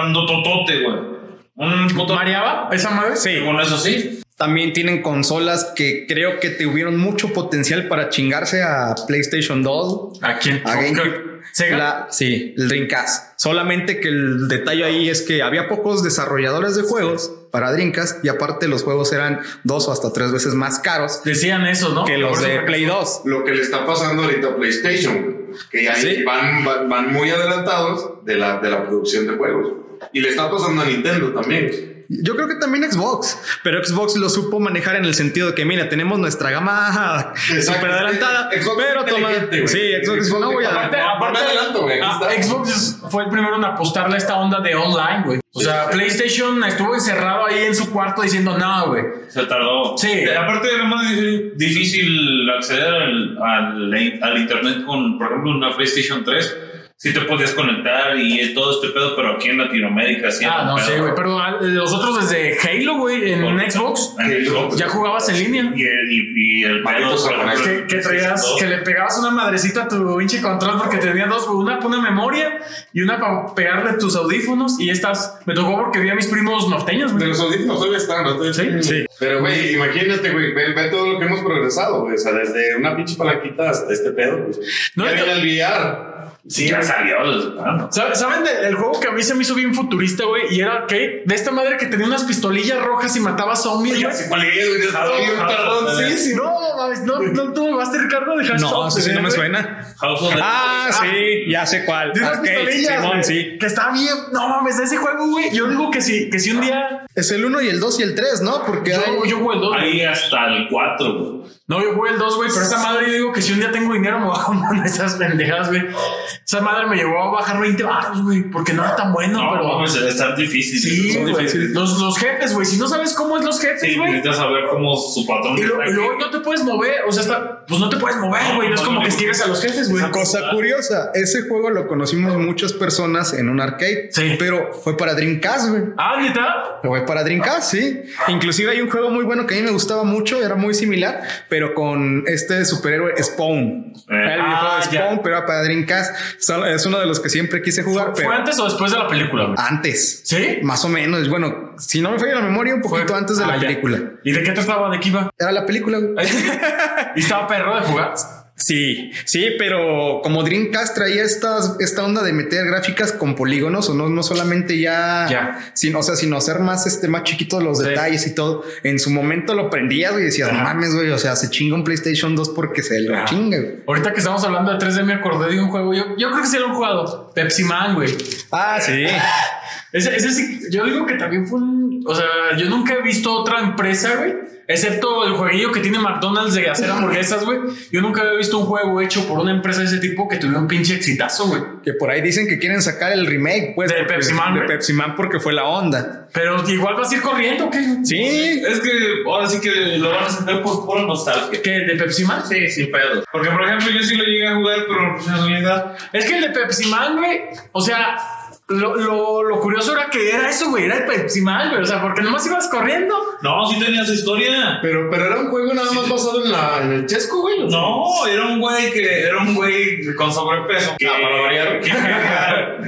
E: grandototote, güey. Un puto
C: ¿Mareaba esa madre?
E: Sí, bueno, eso sí.
B: También tienen consolas que creo que tuvieron mucho potencial para chingarse a PlayStation 2,
C: ¿A quién?
B: A Game
C: ¿Con- ¿Sega?
B: La- sí, el Dreamcast. Solamente que el detalle ahí es que había pocos desarrolladores de juegos para Dreamcast y aparte los juegos eran dos o hasta tres veces más caros
C: Decían eso, ¿no?
B: que los
C: Por
B: de
C: eso-
B: Play 2.
D: Lo que le está pasando ahorita a PlayStation, güey, que ya
B: Sí.
D: van, van, van muy adelantados de la, de la producción de juegos. Y le está pasando a Nintendo también. güey.
B: Yo creo que también Xbox, pero Xbox lo supo manejar en el sentido de que, mira, tenemos nuestra gama
D: Exacto.
B: super adelantada,
D: Xbox
B: pero toma.
D: inteligente, güey.
B: Sí, Xbox, no voy a.
C: Aparte,
D: No, no
C: aparte
D: me adelanto, güey, aquí
C: ah,
D: está.
C: Xbox es- fue el primero en apostarle a esta onda de online, güey. O sea, PlayStation estuvo encerrado ahí en su cuarto diciendo, no, güey.
E: Se tardó.
C: Sí.
E: Eh, Aparte era más difí- difícil acceder al, al- al internet con, por ejemplo, una PlayStation 3. Sí te podías conectar y todo este pedo, pero aquí en Latinoamérica sí. era
C: Ah,
E: un
C: no
E: pedo.
C: sé, güey. Pero ah, los otros desde Halo, güey, en
E: Por-
C: Xbox,
E: En Xbox.
C: ya jugabas en línea.
E: Y el, y, y el
D: Malditos
E: por ejemplo,
D: japoneses.
C: este, Que, que traías, que le pegabas una madrecita a tu pinche control porque tenía dos, güey, una para una memoria y una para pegarle tus audífonos y estas me tocó porque vi a mis primos norteños,
D: De
C: güey.
D: los audífonos todavía están, ¿no? Todavía
C: Sí,
D: están.
C: sí.
D: Pero, güey, imagínate, güey, ve, ve todo lo que hemos progresado, güey. O sea, desde una pinche palanquita hasta este pedo, güey.
C: No,
D: ya
C: esto-
D: viene el VR.
E: Sí, ya salió. ah, no.
C: ¿Sabe- ¿Saben del del juego que a mí se me hizo bien futurista, güey? Y era, que De esta madre que tenía unas pistolillas rojas y mataba zombies, güey.
D: Así, ¿cuál es, güey? Está bien, perdón, sí.
C: Sí, sí, no, mames, no, no, tú me vas a hacer cargo de Hashtag.
B: No, eso sí no me suena.
E: House of the
B: Ah, sí, ya sé cuál.
C: De unas
B: Ok,
C: pistolillas,
B: Simón,
C: güey,
B: sí.
C: Que está bien. No mames, de ese juego, güey. Yo digo que sí, que si un día.
B: Es el 1 y el 2 y el 3, ¿no? Porque hay-
C: Yo, yo jugué el 2.
E: Ahí hasta el 4, güey.
C: No, yo jugué el 2, güey. Pero esa madre, yo digo que si un día tengo dinero, me voy a comprar una de esas pendejas, güey. Esa madre me llevó a bajar 20 baros, güey. Porque no era tan bueno,
E: No,
C: pero.
E: mames, es tan difícil.
C: Sí,
E: son
C: güey.
E: difíciles.
C: Los, los jefes, güey. Si no sabes cómo es los jefes,
E: Sí,
C: güey.
E: necesitas saber cómo su patrón
C: Y lo-
E: de
C: y luego no te puedes mover, o sea, está- pues no te puedes mover, güey. No es como que esquives a los jefes, güey.
B: Cosa curiosa, ese juego lo conocimos muchas personas en un arcade,
C: Sí.
B: pero fue para Dreamcast, güey.
C: Ah, neta.
B: Fue para Dreamcast, sí. Inclusive hay un juego muy bueno que a mí me gustaba mucho, era muy similar, pero con este superhéroe Spawn. Era el videojuego
C: Ah,
B: de
C: ya.
B: Spawn, pero era para Dreamcast. Son- Es uno de los que siempre quise jugar,
C: ¿Fue
B: pero
C: antes o después de la película, güey?
B: antes.
C: ¿Sí?
B: Más o menos, bueno, si no me falla la memoria, un poquito
C: Fue-
B: antes de
C: Ah,
B: la
C: ya.
B: película.
C: ¿Y de qué te estaba de qué iba?
B: Era la película, güey.
C: y estaba perro de jugar.
B: Sí, sí, pero como Dreamcast traía estas, esta onda de meter gráficas con polígonos, o no, no solamente ya,
C: Ya.
B: Sino, o sea, sino hacer más, este, más chiquitos los
C: Sí.
B: detalles y todo. En su momento lo prendías güey, y decías,
C: Ajá.
B: no mames, güey, o sea, se chinga un PlayStation 2 porque se lo
C: Ajá.
B: chinga. güey".
C: Ahorita que estamos hablando de 3D, me acordé de un juego. Yo, yo creo que sí lo han jugado. Pepsi Man, güey.
B: Ah, sí.
C: Ese, ese sí, yo digo que también fue un. O sea, yo nunca he visto otra empresa, güey. Excepto el jueguillo que tiene McDonald's de hacer hamburguesas, güey. Yo nunca había visto un juego hecho por una empresa de ese tipo que tuviera un pinche exitazo, güey.
B: que por ahí dicen que quieren sacar el remake, pues.
C: De
B: porque-
C: Pepsi Man,
B: De
C: güey.
B: Pepsi Man porque fue la onda.
C: Pero igual vas a ir corriendo, ¿o ¿qué?
B: Sí.
E: Es que ahora sí que lo van a sentar por pura nostalgia.
C: ¿Que el de Pepsi Man?
E: Sí, sin pedo. Porque, por ejemplo, yo sí lo llegué a jugar, pero pues, en realidad.
C: Es que el de Pepsi Man, güey. O sea, lo, lo, lo curioso era que era eso, güey. Era el Pepsi Man, güey. O sea, porque nomás ibas corriendo.
E: No, sí tenía su historia.
D: Pero, pero era un juego nada más basado en, la, en el chesco, güey. o sea.
E: No, era un güey que era un güey con sobrepeso. Que,
D: Ah, para variar.
E: que-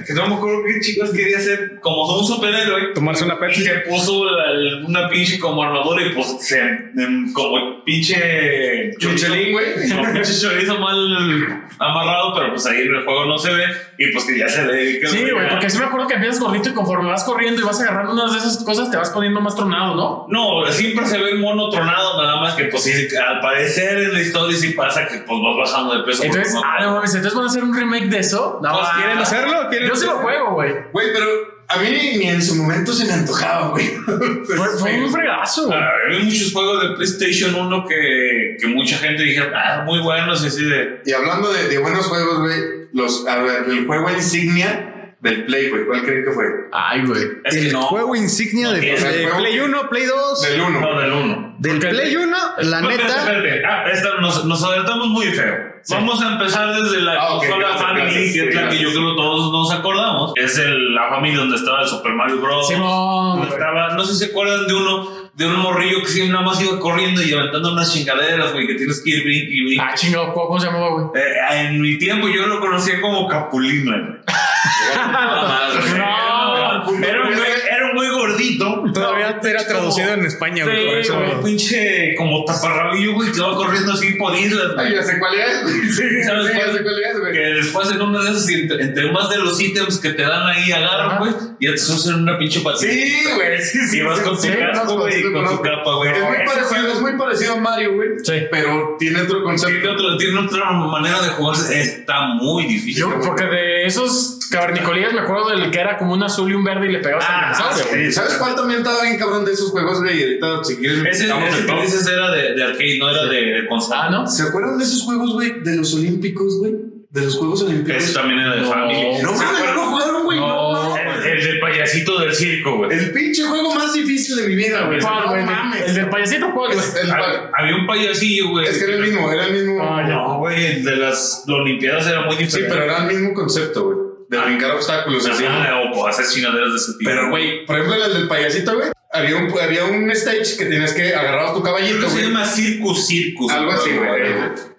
E: que no me acuerdo qué chicos quería ser como un superhéroe.
B: Tomarse una
E: Y
B: Pepsi.
E: se puso la- una pinche como armadura y pues se, em, como pinche
D: Chuchelín, güey.
E: No, pinche chorizo mal amarrado, pero pues ahí en el juego no se ve y pues que ya se dedica.
C: Sí, güey.
E: a-
C: Porque sí me acuerdo que empiezas gordito y conforme vas corriendo y vas agarrando unas de esas cosas, te vas poniendo más tronado, ¿no?
E: No, siempre se ve el mono tronado, nada más que pues sí, al parecer en la historia sí pasa que pues vas bajando de peso.
C: Entonces,
E: porque no-
C: ah, no mames, entonces van a hacer un remake de eso. No,
E: Pues, ¿quieren
C: ah,
B: hacerlo? ¿Quieren
C: Yo sí lo
B: hacerlo?
C: juego, güey.
D: Güey, pero a mí ni en su momento se me antojaba, güey.
E: Pues
C: Fue, fue un fregazo, güey.
E: Ah, Había muchos juegos de PlayStation 1 que, que mucha gente dijera, ah, muy buenos, y así de.
D: Y hablando de, de buenos juegos, güey, los, a ver, el juego insignia del Play, güey. ¿Cuál creen que fue?
C: Ay, güey.
E: Es que
B: el
E: no.
B: juego insignia
E: No
B: de
E: tiene.
B: de Play 1, Play 2,
D: Del 1.
E: No, del 1.
B: del Play 1, la neta.
E: Ah, esta nos, nos adelantamos muy feo. Vamos a empezar desde la
D: Ah, ok,
E: consola
D: gracias,
E: Family,
D: gracias,
E: que es la que
D: gracias.
E: yo creo todos nos acordamos. Es el, la Family donde estaba el Super Mario Bros.
C: Simón.
E: Donde estaba, no sé si se acuerdan de uno, de un morrillo que sí, nada más iba corriendo y levantando unas chingaderas, güey, que tienes que ir brinque y brinque.
C: Ah, chingado, ¿cómo se llamaba, güey?
E: Eh, en mi tiempo yo lo conocía como Capulina. güey. Era un- era un güey- era un muy gordito.
A: Todavía era traducido en España, güey. por
E: Sí,
A: eso,
E: güey,
A: güey.
E: pinche como taparrabillo, güey, que va corriendo así por islas,
D: Ay,
E: güey.
D: ya sé cuál es. güey. Sí,
E: ¿Sabes
D: sí,
E: cuál?
D: ya sé cuál es, güey.
E: Que después en una de esas, entre, entre más de los ítems que te dan ahí, agarran, güey, y ya te sucen una pinche patina.
D: Sí, güey. Sí, sí.
E: Y vas
D: sí,
E: con tu
D: sí,
E: casco,
D: conozco,
E: güey,
D: sí,
E: y con tu
D: conozco.
E: capa, güey.
D: Es muy
E: Ese
D: parecido,
E: juego-
D: es muy parecido a Mario, güey.
C: Sí.
D: Pero tiene otro
E: Tiene,
D: concepto.
E: otro- tiene otra manera de jugar, está muy difícil.
C: Yo, porque de esos cavernicolías me acuerdo del que era como un azul y un verde y le pegabas
E: Ah,
C: al dinosaurio,
E: sí.
C: güey.
D: ¿Sabes cuál también estaba bien cabrón de esos juegos, güey? Ahorita, si quieres,
E: Ese,
D: estamos
E: ese
D: en
E: que
D: todo.
E: dices era de, de arcade, no era de, de consola.
C: Ah, ¿no?
D: ¿Se acuerdan de esos juegos, güey? De los olímpicos, güey. De los juegos olímpicos.
E: Ese también era de
C: No.
E: Family.
D: No, mames,
E: ¿Se
D: no
E: acuerdan?
D: lo jugaron, güey.
C: No.
D: No, mames.
E: El, el del payasito del circo, güey.
D: El pinche juego más difícil de mi vida, güey.
C: ¿Cuál,
D: No
C: güey?
D: mames.
C: ¿El del payasito cuál, güey?
D: Es el-
E: Hab- Había un payasillo, güey.
D: Es que era el mismo, era el mismo.
C: Ah, ya.
E: No, güey, el de las Olimpiadas era muy
D: Sí,
E: diferente.
D: pero era el mismo concepto, güey. De
E: Ah.
D: brincar obstáculos así.
E: Ajá, o hacer chingaderas de ese tipo.
D: Pero, güey, por ejemplo, en el del payasito, güey, había un, había un stage que tenías que agarrar a tu caballito,
E: se
D: güey.
E: llama Circus Circus.
D: Algo así, güey.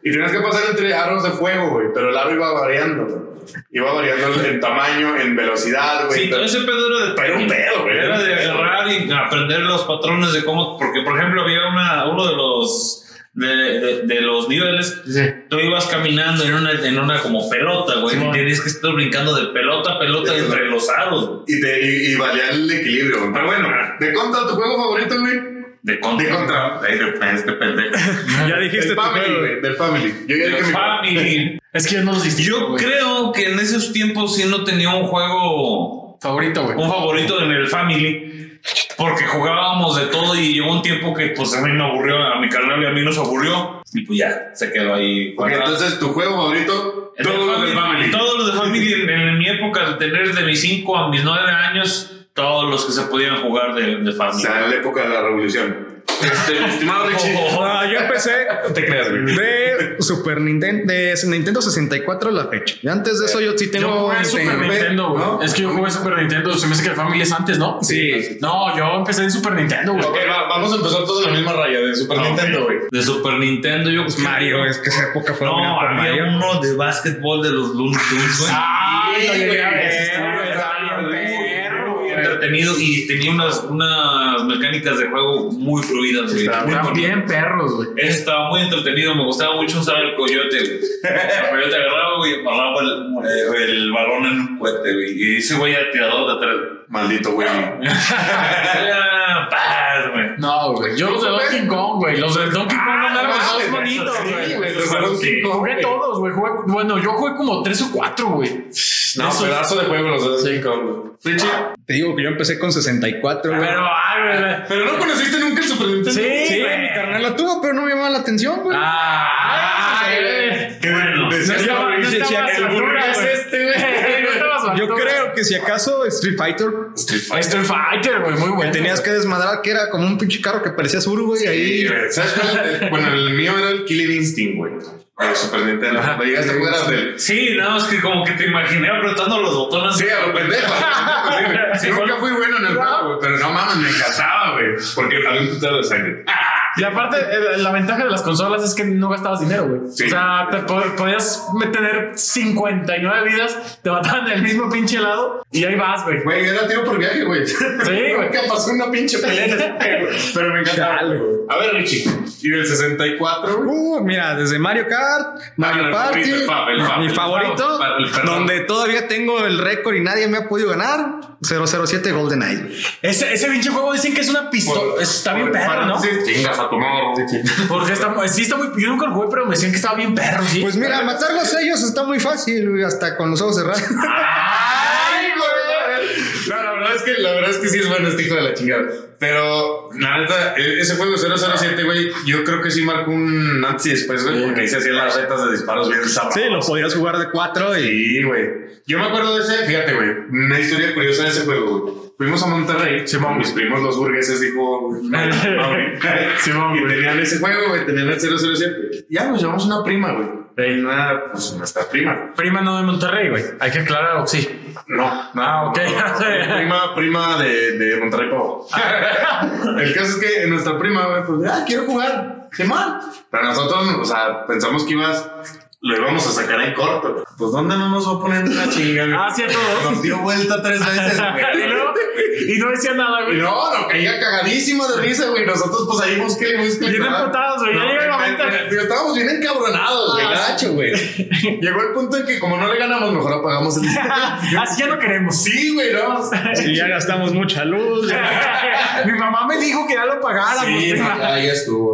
D: Y tenías que pasar entre aros de fuego, güey. Pero el aro iba variando, güey. Iba variando en tamaño, en velocidad, güey.
E: Sí, todo ese pedo era de
D: Era un pedo, güey.
E: Era de agarrar y aprender los patrones de cómo. Porque, por ejemplo, había una, uno de los. De, de- de los niveles,
C: Sí.
E: tú ibas caminando en una, en una como pelota, güey,
C: Sí,
E: y
C: bueno.
E: tenías que estar brincando de pelota a pelota
D: Sí,
E: entre los aros, güey.
D: y, te, y, y valía el equilibrio, güey. Pero bueno, de contra tu juego favorito, güey.
E: De contra.
D: De contra.
E: Ay, de- este pendejo.
A: Ya
D: Del
A: dijiste tu
D: family,
A: juego.
D: güey. Del family. Yo ya dije mi
E: Family.
C: Es que yo no los distingo.
E: Yo
C: güey.
E: creo que en esos tiempos sí no tenía un juego,
C: Favorito, güey.
E: un favorito en el Family, porque jugábamos de todo y llegó un tiempo que pues a mí me aburrió, a mi carnal y a mí nos aburrió y pues ya, se quedó ahí.
D: Ok, entonces tu juego favorito,
E: En el
D: todo lo del family.
E: Todo lo de Family en, en mi época de tener de mis 5 a mis 9 años, todos los que se podían jugar de, de
D: O
E: Family.
D: sea, en la época de la revolución. Este, mi estimado Richie.
B: Oh,
A: No, yo empecé
D: te creas, güey.
A: de Super Nintendo, de Nintendo 64 a la fecha. Y antes de eso yo sí
C: Yo
A: tengo
C: jugué Super
A: Nintendo.
C: Nintendo, güey.
D: ¿no?
C: Es que yo jugué Super Nintendo. Se me hace que el Family es antes, ¿no?
A: Sí.
C: No, yo empecé en Super Nintendo, güey.
D: Ok, va- vamos a empezar todos en la misma raya de Super
E: Ok.
D: Nintendo, güey.
E: De Super Nintendo, yo creo-
A: Mario, es que esa época fue dominada
E: No,
A: por Mario.
E: había uno de básquetbol de los Looney Tunes, güey.
C: Ah,
D: Sí,
C: lo llegué a
D: güey.
C: ver,
E: Estaba
C: estaba bien perro, güey.
E: muy entretenido y tenía unas, unas mecánicas de juego muy fluidas. güey.
D: Estaba
E: Muy
C: Estaban
E: bonito.
C: bien perros, güey.
E: Ese estaba muy entretenido, me gustaba mucho usar el coyote. güey. El coyote agarraba güey, y amarraba el, eh, el balón en un cohete. güey. Y ese güey era tirador de atrás.
D: Maldito, güey.
E: Era paz, güey.
C: No, güey. Yo los de Donkey Kong, güey. Los de Donkey Kong eran los dos bonitos,
D: Sí,
C: güey.
D: güey. los fueron
E: Sí.
D: cinco,
C: Jugué
D: güey.
C: todos, güey. Jugué- Bueno, yo jugué como tres o cuatro, güey.
D: No,
C: Esos-
D: pedazo de juego los dos. Cinco, güey. Richie.
A: Te digo que yo empecé con 64,
E: Ah,
A: güey.
C: Pero, ay, güey.
D: Pero no conociste nunca el Super Nintendo.
C: Sí,
A: Sí,
C: güey.
A: mi carnal lo tuvo, pero no me llamaba la atención, güey.
C: Ah,
D: Ay,
C: güey.
D: Que de-
E: Bueno,
C: No
D: decía el
C: estaba, no
D: Richie,
C: estaba
D: decía
C: a
D: que
C: su
D: el burro
C: altura,
D: es
C: güey.
D: este, güey.
C: No estaba a su
A: Yo
C: altura.
A: creo que si acaso Street Fighter,
D: Street Fighter.
C: Street Fighter, güey, muy bueno.
A: tenías que desmadrar que era como un pinche carro que parecía sur, güey.
D: Sí,
A: ahí
D: güey. ¿Sabes cuál? Bueno, el mío era el Killing Instinct, güey. El Super Nintendo. Lo llegaste a jugar hasta el.
E: Sí, nada más que como que te imaginé apretando los botones.
D: Sí, a lo pendejo. a lo pendejo, güey.
E: Sí,
D: Nunca fui bueno en el juego, güey. Pero no mames, me encantaba, güey. Porque había un putero de sangre.
C: Y aparte, eh, la ventaja de las consolas es que no gastabas dinero, güey.
D: Sí.
C: O sea, te po- podías tener 59 vidas, te mataban del mismo pinche lado y ahí vas, güey.
D: Güey, era tiro por viaje, güey. Sí,
C: güey.
D: Nunca pasó una pinche pelea en ese juego, güey. Pero me encantaba.
A: Chale, güey.
D: A ver, Richie. Y del 64, güey.
A: Uh, mira, desde Mario Kart, Mario
D: el
A: Party,
D: favorito, el fa- el fa-
A: mi
D: el
A: favorito,
D: fa- el perro.
A: donde todavía tengo el récord y nadie me ha podido ganar, 007 GoldenEye.
C: Ese, ese pinche juego dicen que es una pistola. Está bien
D: Por-
C: perro, ¿no?
D: paréntesis, Chingas a tu madre.
C: Porque está, sí está muy. Yo nunca lo jugué, pero me decían que estaba bien perro, sí.
A: Pues mira, matar los sellos está muy fácil, güey, hasta con los ojos cerrados.
D: Ay, güey. No, no, no. verdad es que, la verdad es que sí es bueno este hijo de la chingada. Pero, la neta, e- ese juego 007, güey, yo creo que sí marcó un antes y después, güey, porque ahí se hacían las retas de disparos bien sabrosas.
B: Sí, lo podías jugar de cuatro y
D: Sí, güey. Yo me acuerdo de ese, fíjate, güey, una historia curiosa de ese juego, güey. Fuimos a Monterrey, mis primos los burgueses, dijo
C: Simón,
D: y
C: güey.
D: tenían ese juego, güey, tenían el 007. Ya nos llevamos una prima, güey.
C: Ey.
D: Una, pues, nuestra prima.
C: Prima no de Monterrey, güey. Hay que aclarar, o sí.
D: No, no.
C: Ah, ok.
D: prima, prima de, de Monterrey Pavo. el caso es que nuestra prima, güey, pues, ah, quiero jugar. Qué mal. Pero nosotros, o sea, pensamos que ibas, lo íbamos a sacar en corto. Pues, ¿dónde no nos va a poner una chinga, güey?
C: ah, cierto. ¿no?
D: Nos dio vuelta tres veces,
C: y,
D: güey.
C: no, y no decía nada,
D: Y
C: güey.
D: no, lo caía cagadísimo de risa, güey. Nosotros, pues ahí busqué, busqué.
C: Bien
D: ¿verdad?
C: emputados, güey. Ya
D: No,
C: llega el
D: me-
C: momento.
D: me- me- Estábamos bien encabronados, güey.
C: Ah,
D: gacho, güey. Llegó el punto en que, como no le ganamos, mejor apagamos el.
C: Así ya no queremos.
D: sí, güey, no.
B: y ya gastamos mucha luz.
C: Mi mamá me dijo que ya lo pagáramos.
D: Sí,
C: güey.
D: no, ya ya estuvo.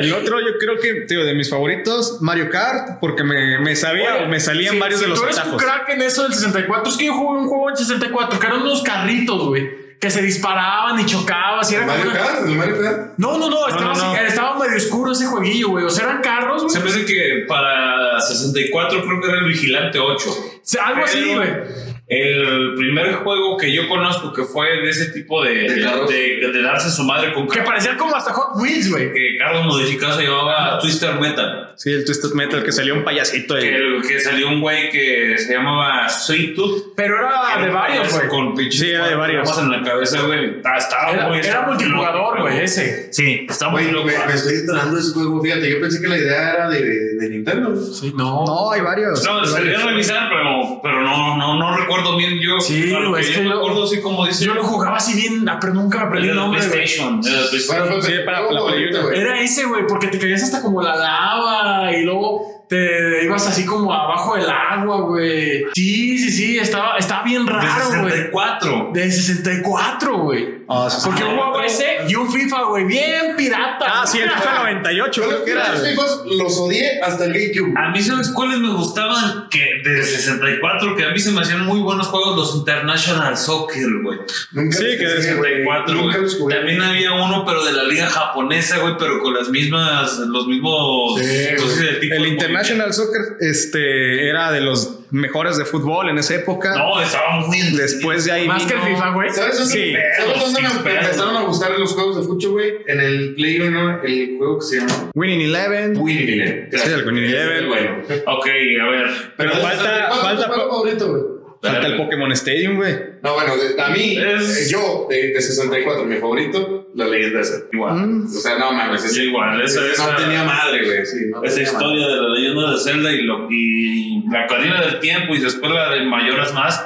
B: El otro yo creo que, tío, de mis favoritos, Mario Kart, porque me, me sabía
C: Oye,
B: o me salían
C: si-
B: varios
C: si
B: de los
C: tú eres un
B: atajos.
C: crack en eso del 64. Es que yo jugué un juego en 64 que eran unos carritos, güey. Que se disparaban y chocaban. Y era como
D: Mario
C: una-
D: Kart, el Mario Kart.
C: No, no, no. Estaba,
B: no,
C: así-
B: no.
C: estaba medio oscuro ese jueguillo, güey. O sea, eran carros, güey.
E: Se me hace que para 64 creo que era el Vigilante 8.
C: Se- Algo así,
E: Pero
C: güey.
E: El primer juego que yo conozco que fue de ese tipo de,
D: De carros.
E: de- de darse su madre con
C: Que
E: carros,
C: parecía como hasta Hot Wheels, güey.
E: que carros modificados se llamaba Twister Metal.
B: Sí, el Twisted Metal que salió un payasito
E: Que,
B: ahí.
E: el- que salió un güey que se llamaba Sweet Tooth.
C: Pero era Ah, de varios, güey.
E: Con pinches
B: Sí, era de varios.
E: cosas en la cabeza, güey. Estaba, estaba
C: Era,
E: muy-
C: era multijugador, güey, ese.
E: Sí, está muy
D: Güey,
E: loco.
D: me, me estoy enterando de ese juego. Fíjate, yo pensé que la idea era de, de Nintendo.
C: Sí, no.
B: No, hay varios.
E: No,
B: hay
E: se
B: varios.
E: debería revisar, pero, pero no, no, no recuerdo bien yo.
C: Sí,
E: a lo
C: güey,
E: que
C: es
E: yo
C: que
E: me
C: yo-
E: acuerdo así como dice.
C: Yo lo jugaba así bien, ah, pero nunca me
E: el
C: aprendí
E: de
C: el
E: la
C: nombre, güey.
E: PlayStation. el de la PlayStation.
D: pues,
B: Sí, para-
D: juego
B: la
D: favorito,
B: playita,
D: güey.
C: Era ese, güey, porque te caías hasta como la lava y luego te ibas así como abajo del agua, güey. Sí, sí, sí, estaba, estaba bien raro,
E: de
C: güey.
E: 64.
C: De 64, güey.
B: Ah, sí, sí.
C: Porque jugaba ese y un FIFA, güey, bien pirata.
B: Ah, sí, el FIFA
D: Yo
B: 98,
D: los
B: creo que era.
D: primeros fijos los odié hasta el GameCube.
B: Ah,
E: A mí, ¿sabes cuáles me gustaban? Que de 64, que a mí se me hacían muy buenos juegos los International Soccer, güey.
D: Nunca
B: Sí,
D: los
B: que de
D: jugué, güey.
E: 64,
D: Nunca los
E: güey.
D: jugué.
E: También había uno, pero de la liga japonesa, güey, pero con las mismas, los mismos.
D: Sí,
E: entonces,
D: güey.
E: de tipo
B: El
E: de
B: International Soccer este, era de los mejores de fútbol en esa época.
E: movimiento. No, estaba muy.
B: Después de ahí
C: Más que
B: vino-
C: el FIFA, güey.
D: ¿Sabes dónde,
B: Sí,
D: ¿sabes dónde
E: sí,
D: me
E: pero-
D: empezaron a gustar los juegos de fucho, güey? En el Play 1, el juego que se llama
B: Winning Eleven.
D: Winning Eleven.
B: Sí, el Winning Eleven.
D: Bueno.
E: Ok, a ver.
B: Pero falta,
D: ¿Cuál es tu
B: falta,
D: juego favorito, güey?
B: falta el Pokémon Stadium, güey.
D: No, bueno, de- a mí,
E: Es-
D: eh, yo, de, de 64, mi favorito, la leyenda esa.
E: Igual.
D: O sea, no mames, ese-
E: Sí, igual, esa-
D: ese
E: esa-
D: no tenía madre, güey. Sí, no
E: Esa
D: tenía madre.
E: historia de la leyenda de Zelda y, lo, y la cadena del tiempo y después la de Mayoras Más,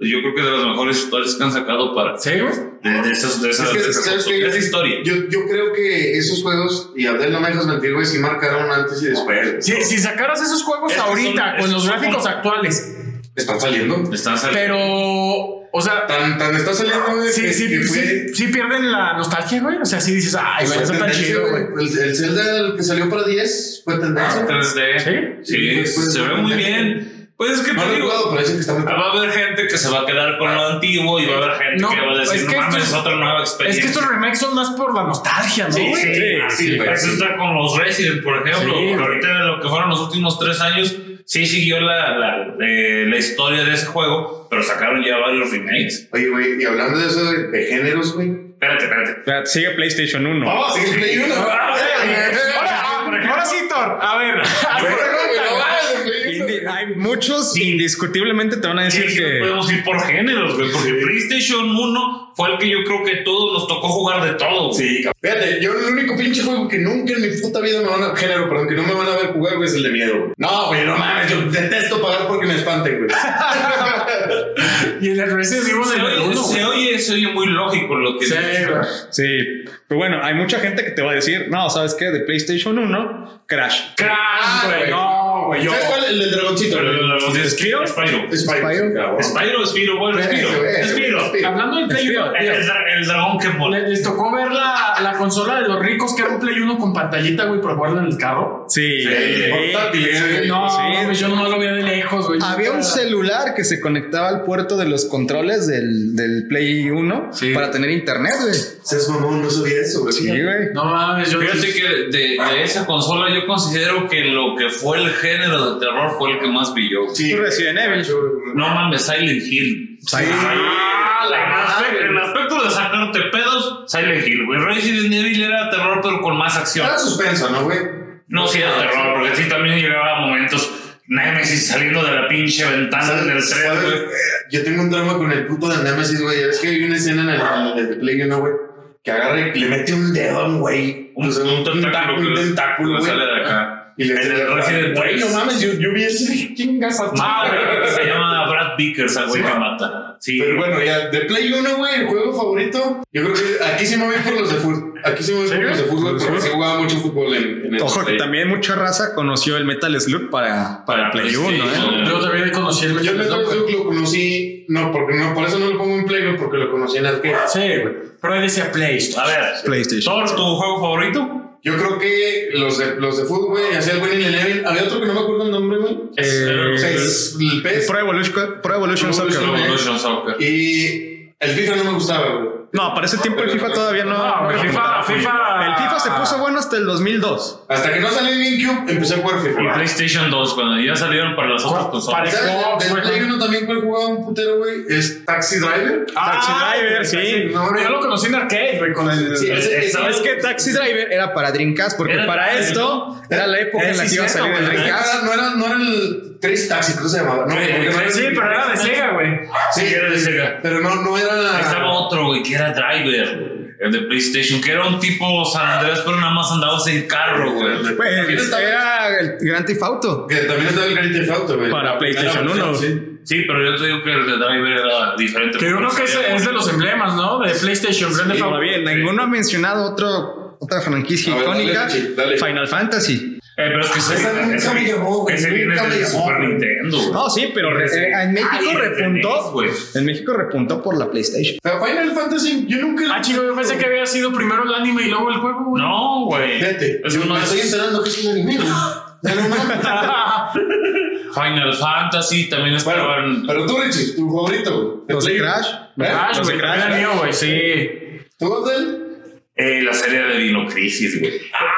E: yo creo que de las mejores historias que han sacado para
C: Sí, güey.
E: de, de esas, de esas,
D: Es que,
E: de esas-
D: ¿sabes qué?
E: esa historia.
D: Yo, yo creo que esos juegos, y Abdel no me dejas mentir, güey, sí marcaron antes y después. güey.
C: Si, si sacaras esos juegos
E: Estos
C: ahorita
E: son-
C: con
E: estos
C: los
E: son-
C: gráficos actuales,
D: Están saliendo.
E: Están saliendo.
C: pero, o sea,
D: Tan, tan está saliendo, güey.
C: sí,
D: que-
C: sí,
D: que fue-
C: sí, sí pierden la nostalgia, güey. O sea, sí dices, ay,
D: Fue
C: güey, está tan
D: tendencia,
C: chido, güey. Ah,
D: El, el Zelda el que salió para 10 fue tendencia.
E: 3D.
C: Sí.
E: Sí,
D: Sí, pues,
E: se ve
D: pues,
E: muy
D: pues,
E: bien. Pues es que
D: no
E: te
D: lo he
E: digo,
D: jugado, pero dicen que está muy
C: Ah,
E: va a haber gente que se va a quedar con lo antiguo y va a haber gente
C: No,
E: que va a decir,
C: es que
E: no mames,
C: esto
E: es
C: es-
E: otra nueva
C: Es
E: experiencia.
C: que estos remakes son más por la nostalgia, ¿no?
E: Sí,
C: güey?
E: sí, sí,
D: sí,
E: sí,
D: güey,
E: Eso
D: sí.
E: está con los Resident, por ejemplo.
C: Sí,
E: que
C: güey.
E: ahorita lo que fueron los últimos tres años, sí siguió la, la, eh, la historia de ese juego, pero sacaron ya varios remakes.
D: Oye, güey, y hablando de eso de, de géneros, güey.
E: Espérate, espérate. Ah,
B: O sea, Sigue PlayStation 1.
E: Oh,
D: Vamos, Oh, sí, Ah, eh, Play 1.
C: Ahora, ah, ahora sí, Thor. A ver.
B: Indi- hay muchos, indiscutiblemente te van a
E: Sí,
B: decir que.
E: podemos ir por géneros, güey, porque PlayStation 1 fue el que yo creo que todos nos tocó jugar de todo. güey.
D: Sí, cabrón. Fíjate, yo el único pinche juego que nunca en mi puta vida me van a. Género, perdón, que no me van a ver jugar, güey, es el de miedo. güey. No, güey, no mames, yo detesto pagar porque me espanten, güey.
C: Y el Resident Evil
E: Se
C: del
E: oye,
C: uno,
E: se,
C: güey.
E: oye, se oye muy lógico lo que
C: Sí,
E: dices.
D: Ah,
C: güey.
B: Sí, pero bueno, hay mucha gente que te va a decir, no, ¿sabes qué? De PlayStation 1, Crash.
E: Ah,
C: Crash, güey.
D: güey.
C: No, güey. Yo.
D: ¿Sabes cuál? El del dragoncito,
E: Pero
D: güey.
E: los de Spyro, Spyro,
D: Spyro. cabrón.
E: Spyro, Spyro, bueno,
D: Ese,
E: Spyro,
D: ese,
E: Spyro.
D: ese.
C: A hablando del Play
F: Es que-
C: 1,
E: El,
C: tío,
E: el dra- el dragón que mola.
C: le- les tocó ver la, la consola de los ricos que era un Play 1 con pantallita, güey, por guardarlo en el carro.
F: Sí.
E: Sí.
D: Portátil, eh.
C: No,
F: sí.
C: mames, yo nomás lo veía de lejos, güey.
B: Había un celular que se conectaba al puerto de los controles del, del Play 1
C: Sí.
B: para tener internet, güey.
D: Seas mamón, no sabía eso, güey.
B: Sí, güey.
C: No mames, yo
E: Fíjate que de, de esa consola yo considero que lo que fue el género de terror fue el que más brilló.
D: Sí.
F: Resident Evil.
E: No mames, Silent Hill. Ah, la- en, aspe- en aspecto de sacarte pedos, Silent Hill, güey. Resident Evil era terror, pero con más acción.
D: Era suspenso, ¿no, güey?
E: No, sí era terror, porque sí también llegaba a momentos Nemesis saliendo de la pinche ventana
D: ¿Sabes-
E: del tren,
D: sabes? Eh,
E: güey.
D: Yo tengo un drama con el puto de Nemesis, güey. Es que hay una escena en el, en el Play 1, güey, que agarra y le mete un dedo a un güey.
E: Un,
D: O sea,
E: un tentáculo que
D: un
E: le-
D: tentáculo,
E: le
D: güey.
E: sale de acá.
D: Y le
E: En el Resident Ah,
D: Güey, no
E: 3.
D: mames, yo, yo vi ese Ah, chingas a tu
E: Madre, se llama Brad Vickers, el güey que mata. Sí.
D: Pero bueno, ya, de Play 1, güey, el juego favorito. Yo creo que aquí sí me voy por los de fútbol. Aquí sí me voy por los de fútbol, porque sí jugaba mucho fútbol en, en el
B: Ojo, que
D: Play.
B: también mucha raza conoció el Metal Slug para, para el Play 1,
E: PlayStation,
B: ¿eh?
E: güey.
C: Yo también conocí el
D: Yo el Metal
C: güey.
D: Slug lo conocí, no, porque no, por eso no lo pongo en Play, güey, porque lo conocí en arcade.
C: Sí, güey. Pero ahí decía Play Store.
E: A ver,
B: PlayStation.
E: Thor, ¿tu juego favorito?
D: Yo creo que los de, los de fútbol, güey, hacía el Winning Eleven. Había otro que no me acuerdo el nombre, güey.
B: Eh,
D: o sea, es el E PES.
B: Pro Evolution, Pro Evolution
D: Pro
B: Soccer.
D: Evolution.
B: güey.
E: Evolution Soccer.
D: Y el FIFA no me gustaba, güey.
B: No, para ese tiempo el FIFA todavía no.
C: No, güey,
B: no
C: FIFA, FIFA.
B: El FIFA se puso bueno hasta el 2002.
D: Hasta que no salió el GameCube, empecé a jugar
E: Y
D: FIFA.
E: PlayStation 2, cuando ya salieron para las otras
C: Cu-
E: consolas.
C: parece-
D: ¿Sabes?
C: Xbox,
D: Del
C: güey.
D: Play 1 también cuál jugaba un putero, güey. Es Taxi Driver.
C: Ah,
B: Taxi Driver, sí.
D: No,
C: Pero yo lo conocí en arcade, güey, con el.
D: Sí, ese- ese-
B: Es que Taxi Driver era para Dreamcast, porque
E: Era-
B: para esto era la época en la que iba a salir el
D: no
B: Dreamcast.
D: era, no era, no era el Crazy Taxi, creo que se llamaba. No,
E: Sí,
D: porque no era-
C: Sí, pero era de Sega, güey.
E: Sí, era de Sega.
D: Pero no, no era.
E: Estaba otro, güey, que era Driver, güey, el de PlayStation, que era un tipo San Andrés, pero nada más andabas en carro, güey.
B: Pues era el Gran Tifauto.
D: Que también estaba el Grand Theft Auto, güey.
B: Para
D: La primera
B: PlayStation
D: versión,
B: 1.
D: sí.
E: Sí, pero yo te digo que el de Driver era diferente.
C: Que yo creo que es, es de los emblemas, ¿no? De PlayStation, Grand Theft Auto.
B: Ahora bien, ninguno ha mencionado otro, otra franquicia
D: A ver, dale,
B: icónica,
D: Richie, dale.
B: Final Fantasy.
E: Eh, pero es que ese,
D: Esa nunca
E: ese-
D: me llamó, güey,
E: ese viene
D: nunca me
E: del
D: llamó,
E: Super
D: güey.
E: Nintendo, güey.
B: No, sí, pero
E: Ese-
B: eh, en México
E: Ay, el de NES,
B: repuntó.
E: güey.
B: En México repuntó por la PlayStation.
D: Pero Final Fantasy, yo nunca.
C: Ah, chico, yo pensé que había sido primero el anime y luego el juego, güey.
E: No, güey.
D: Fíjate,
E: Es
D: yo
E: uno
D: me
E: de
D: estoy
E: esos-
D: enterando que es un anime, güey. Ya no mames.
E: Final Fantasy también
D: Bueno,
E: estaban.
D: pero tú, Richie, tu favorito, güey.
B: Los de
D: Play-
B: Crash.
D: ¿Eh?
C: Crash,
B: Los de
C: güey.
B: Crash,
C: Era
B: Crash.
C: mío, güey, sí.
D: ¿Tú, Abdel?
E: Eh, la serie de Dino Crisis, güey.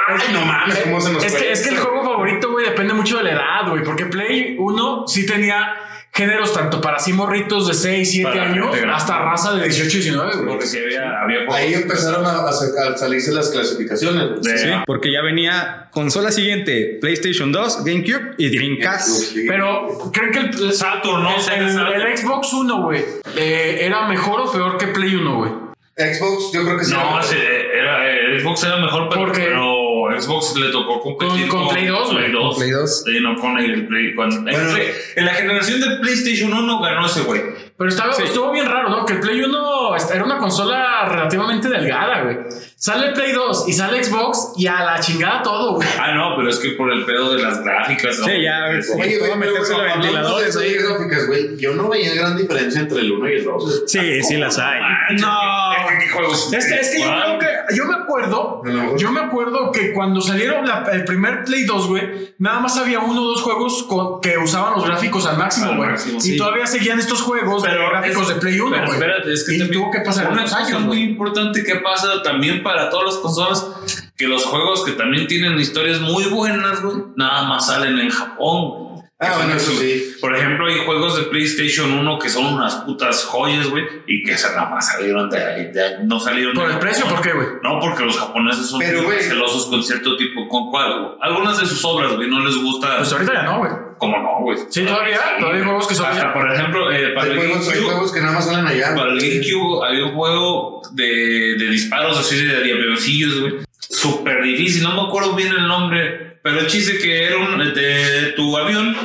D: Ay, no mames, cómo se nos
C: Es
D: fue.
C: que, es que el juego favorito, güey, depende mucho de la edad, güey. Porque Play 1 sí tenía géneros tanto para sí morritos de 6, 7
E: Para
C: años,
E: gente grande.
C: hasta raza de 18, 19, güey.
E: Porque sí había, había juegos
D: Ahí empezaron a, a sa- a salirse las clasificaciones. güey.
E: de-
B: Sí, porque ya venía consola siguiente, PlayStation 2, GameCube y Dreamcast.
D: Sí.
C: Pero, ¿creen que el,
E: Saturn, ¿no?
C: el- el, el Xbox 1, güey, eh, era mejor o peor que Play 1, güey?
D: Xbox, yo creo que sí.
E: No, sí, era, el Xbox era mejor, pero,
C: ¿Por qué?
E: pero Xbox le tocó competir
C: Con- con Play 2, güey.
E: Play 2.
B: Play 2.
E: Sí, no, con el Play. Cuando, el
D: Bueno.
E: Play- en la generación de PlayStation 1 ganó ese güey.
C: Pero estaba, estuvo bien raro, ¿no? Que el Play 1 est- era una consola relativamente delgada, güey. Sale el Play 2 y sale Xbox y a la chingada todo, güey.
E: Ah, no, pero es que por el pedo de las gráficas. ¿no?
B: Sí, ya,
E: Es-
B: güey. Todo
D: Oye, güey, pero
B: meterse
D: bueno,
B: los
D: hablando de
B: ventiladores ahí.
D: series gráficas, güey, yo no veía gran diferencia entre el 1 y el 2.
B: Sí, sí las hay.
E: Ah, no. ¿Qué juegos?
C: Es que, es que yo creo que. Yo me acuerdo.
D: A lo mejor.
C: Yo me acuerdo que cuando salieron la- el primer Play 2, güey, nada más había uno o dos juegos con- que usaban los gráficos al máximo,
E: Al
C: güey.
E: máximo,
C: Y
E: sí.
C: todavía seguían estos juegos de
E: Pero
C: gráficos
E: es-
C: de Play 1,
E: pero
C: güey.
E: espérate, es que
C: y
E: también-
C: tuvo que pasar
E: Una
C: unos
E: cosa
C: años,
E: muy
C: güey.
E: importante que pasa también para todas las consolas, que los juegos que también tienen historias muy buenas, güey, nada más salen en Japón. güey.
D: Ah,
E: Que son
D: bueno, eso
E: esos-
D: sí.
E: Por ejemplo, hay juegos de PlayStation 1 que son unas putas joyas, güey, y que se nada más salieron de ahí, de- no salieron
C: ¿Por
E: de
C: el precio?
E: Japón.
C: ¿Por qué, güey?
E: No, porque los japoneses son
D: Pero,
E: muy
D: güey.
E: celosos con cierto tipo, con cuadro. Algunas de sus obras, güey, no les gusta.
C: Pues ahorita ya no, güey.
E: ¿Cómo no, güey?
C: Sí, todavía.
E: Sí.
C: Todavía hay juegos que son.
E: Hasta, por ejemplo, eh, para
D: Hay
E: el
D: juegos, hay
E: GameCube-
D: juegos que nada más salen allá.
E: para el
D: güey.
E: GameCube había un juego de, de disparos así de, de avioncillos, güey. Súper difícil, no me acuerdo bien el nombre. Pero el chiste que era un, de- tu avión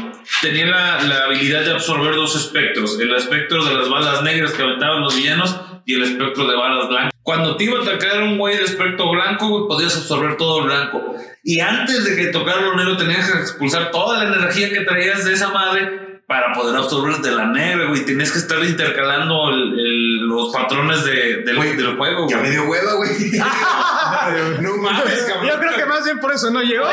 E: tenía la, la habilidad de absorber dos espectros. El espectro de las balas negras que aventaban los villanos y el espectro de balas blancas. Cuando te iba a atacar un güey de espectro blanco, güey, podías absorber todo el blanco. Y antes de que tocara lo negro tenías que expulsar toda la energía que traías de esa madre para poder absorber de la nieve, güey. Tienes que estar intercalando el- el- los patrones de, del,
D: Güey,
E: del juego,
D: Ya
E: güey.
D: me dio hueva, güey. no mames, cabrón.
B: Yo creo que más bien por eso no llegó.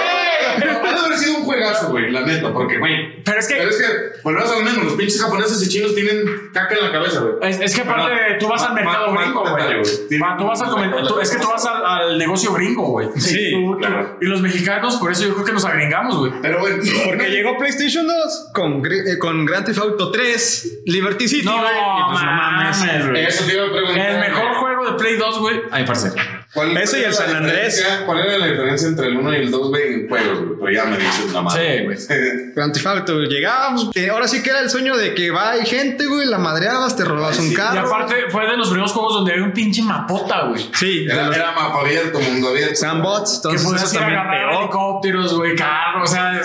D: Pero puede haber sido un juegazo, güey, la neta, porque, güey.
C: Pero es que,
D: Pero es que, volvemos a lo mismo, los pinches japoneses y chinos tienen caca en la cabeza, güey.
C: es, es que aparte,
D: Bueno,
C: tú vas al
D: ma-
C: mercado
D: ma-
C: gringo,
D: ma-
C: güey.
D: sí.
C: Ma- Tú vas al comen- tú- es que tú vas al, al negocio gringo, güey.
D: Sí,
C: Tú- tú-
D: claro.
C: Y los mexicanos, por eso yo creo que nos agringamos, güey.
D: Pero, güey,
B: Porque
D: no,
B: llegó PlayStation 2 con, Gr- eh, con Grand Theft Auto 3, Liberty City.
C: No,
B: güey, y pues no mames.
C: mames, güey.
D: Eso te iba a preguntar.
C: El mejor
D: güey.
C: juego de Play 2, güey. Ahí parece.
D: ¿Cuál-
B: Eso y
D: cuál
B: el
D: era
B: San
D: la
B: Andrés.
D: diferencia- ¿Cuál era la diferencia entre el 1 y el 2 en juegos, güey? Pero ya me dices la madre.
C: Sí, güey.
B: Grand Theft Auto, llegábamos. eh, ahora sí que era el sueño de que va, hay gente, güey, la madreabas, te robabas
D: Ay,
B: un
D: sí.
C: Y
B: carro.
C: aparte, fue de los primeros juegos donde había un pinche mapota, güey.
B: Sí, de
D: Era,
B: los
D: era mapa abierto, mundo abierto.
B: Sandbots,
C: Que
B: entonces
C: podías
B: eso
C: ir a
B: también
C: agarrar
B: pegó.
C: helicópteros, güey, carros, o sea...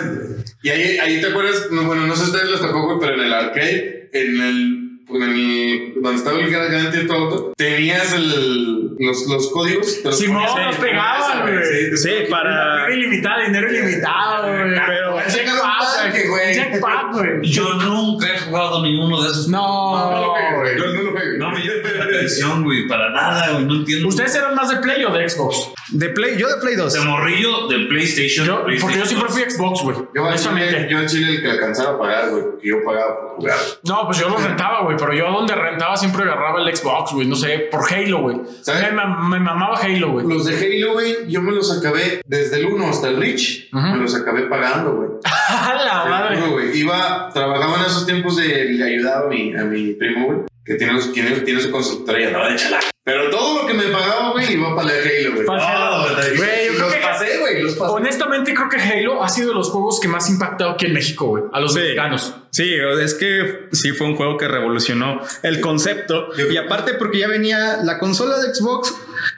D: Y ahí, ahí te acuerdas, no, bueno, no sé si a ustedes les tocó, güey, pero en el arcade, en el, en el donde estaba el Grand Theft Auto, tenías el, los, los códigos. te los
C: Simón,
D: ponías ahí.
C: los pegaban, güey.
D: te-
B: Sí, para.
C: Dinero ilimitado, dinero ilimitado, güey.
B: Pero-
C: Un jackpot,
D: Tanque,
C: güey.
D: güey.
C: Un jackpot, güey.
E: Yo nunca he jugado ninguno de esos.
D: No
C: No,
D: lo juegues,
C: güey.
D: yo no lo juego.
E: No me llama la atención, güey, para nada, güey, no entiendo.
C: ¿Ustedes eran más de Play o de Xbox?
B: De Play, yo de Play 2.
E: De morrillo de PlayStation.
C: Yo, porque yo siempre
E: PlayStation.
C: fui Xbox, güey.
D: Yo en Chile,
C: Honestamente.
D: yo en Chile el que alcanzaba a pagar, güey, que yo pagaba por jugar.
C: No, pues yo los rentaba, güey. Pero yo donde rentaba siempre agarraba el Xbox, güey. No sé, por Halo, güey.
D: ¿Sabes?
C: Me, ma- me mamaba Halo, güey.
D: Los de Halo, güey, yo me los acabé desde el 1 hasta el Rich.
C: Ajá.
D: Me los acabé pagando, güey.
C: ¡A la
D: Te
C: Ah, madre!
D: juro, güey. Iba, trabajaba en esos tiempos de le ayudaba a mi, a mi primo, güey, que tiene, los- tiene, tiene su constructora y andaba de chala. Pero todo lo que me pagaba, güey, iba para el Halo, güey.
C: Para el Halo.
D: Ah, güey,
C: Güey, yo
D: y
C: creo
D: los
C: que-
D: pasé, güey, los pasé.
C: Honestamente, creo que Halo ha sido de los juegos que más impactado aquí en México, güey. A los
B: Sí.
C: mexicanos.
B: Sí, es que sí fue un juego que revolucionó el concepto. Y aparte porque ya venía la consola de Xbox,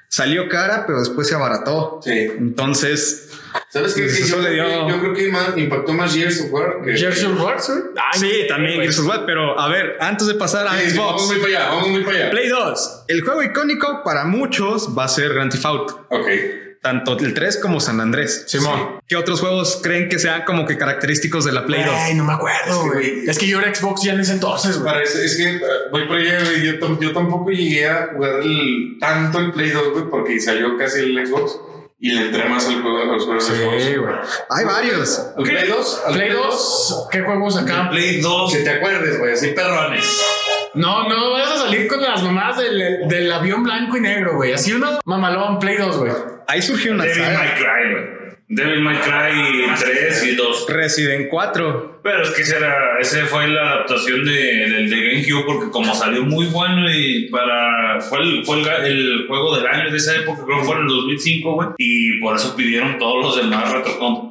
B: salió cara, pero después se abarató.
D: Sí.
B: Entonces,
D: ¿Sabes qué?
B: Eso
D: yo,
B: le
D: creo
B: dio-
D: que, yo creo que más, impactó más Gears of War. que-
C: Jersey Works, güey. Ay,
B: sí,
C: güey,
B: también
C: güey.
B: Gears of War, pero a ver, antes de pasar a
D: Sí, sí, Vamos
B: Xbox,
D: muy para allá, vamos muy para allá.
B: Play 2. El juego icónico para muchos va a ser Grand Theft Auto,
D: Ok.
B: tanto el 3 como San Andrés.
C: Simón.
B: ¿Qué otros juegos creen que sean como que característicos de la Play 2?
C: Ay, no me acuerdo,
D: Es que,
C: güey.
D: güey,
C: Es que yo era Xbox ya en ese entonces, güey.
D: Parece- es que eh, voy por allá, güey. Yo, tam- yo tampoco llegué a jugar el- tanto el Play 2, güey, porque salió casi el Xbox y le entré más al juego a los juegos de Xbox.
C: güey.
B: Hay varios.
D: ¿Al Play 2? ¿Al
C: Play 2, ¿qué juegos acá?
E: Play 2.
D: Que te acuerdes, güey, así perrones.
C: No, no vas a salir con las mamás del, del avión blanco y negro, güey. Así uno mamalón Play 2, güey.
B: Ahí surgió una
E: Devil
B: saga.
E: May Cry, güey. Devil May Cry 3 y 2.
B: Resident 4.
E: Pero es que ese, era- ese fue la adaptación de, del de GameCube porque como salió muy bueno y para... Fue el, fue el, ga- el juego del año de esa época, creo que fue en el 2005, güey. Y por eso pidieron todos los demás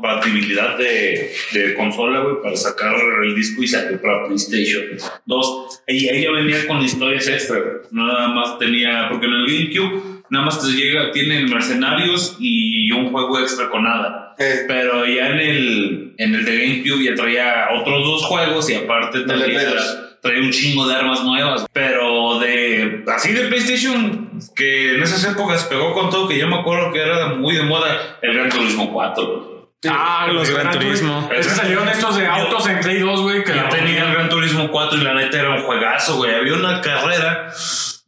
E: retrocompatibilidad de, de consola, güey, para sacar el disco y salió para PlayStation 2. Y ahí ya venía con historias extra, güey. Nada más tenía... Porque en el GameCube nada más te llega, tienen mercenarios y un juego extra con nada.
D: Eh,
E: Pero ya en el, en el de GameCube ya traía otros dos juegos y aparte
D: Dale,
E: traía,
D: pedos.
E: traía un chingo de armas nuevas. Pero de así de PlayStation, que en esas épocas pegó con todo, que yo me acuerdo que era muy de moda el Gran Turismo 4.
C: Ah,
B: los
C: güey,
B: Gran Turismo.
C: Es que salieron estos de autos en Play 2, güey. Que
E: Yo
C: la
E: tenía el Gran Turismo 4 y la neta era un juegazo, güey. Había una carrera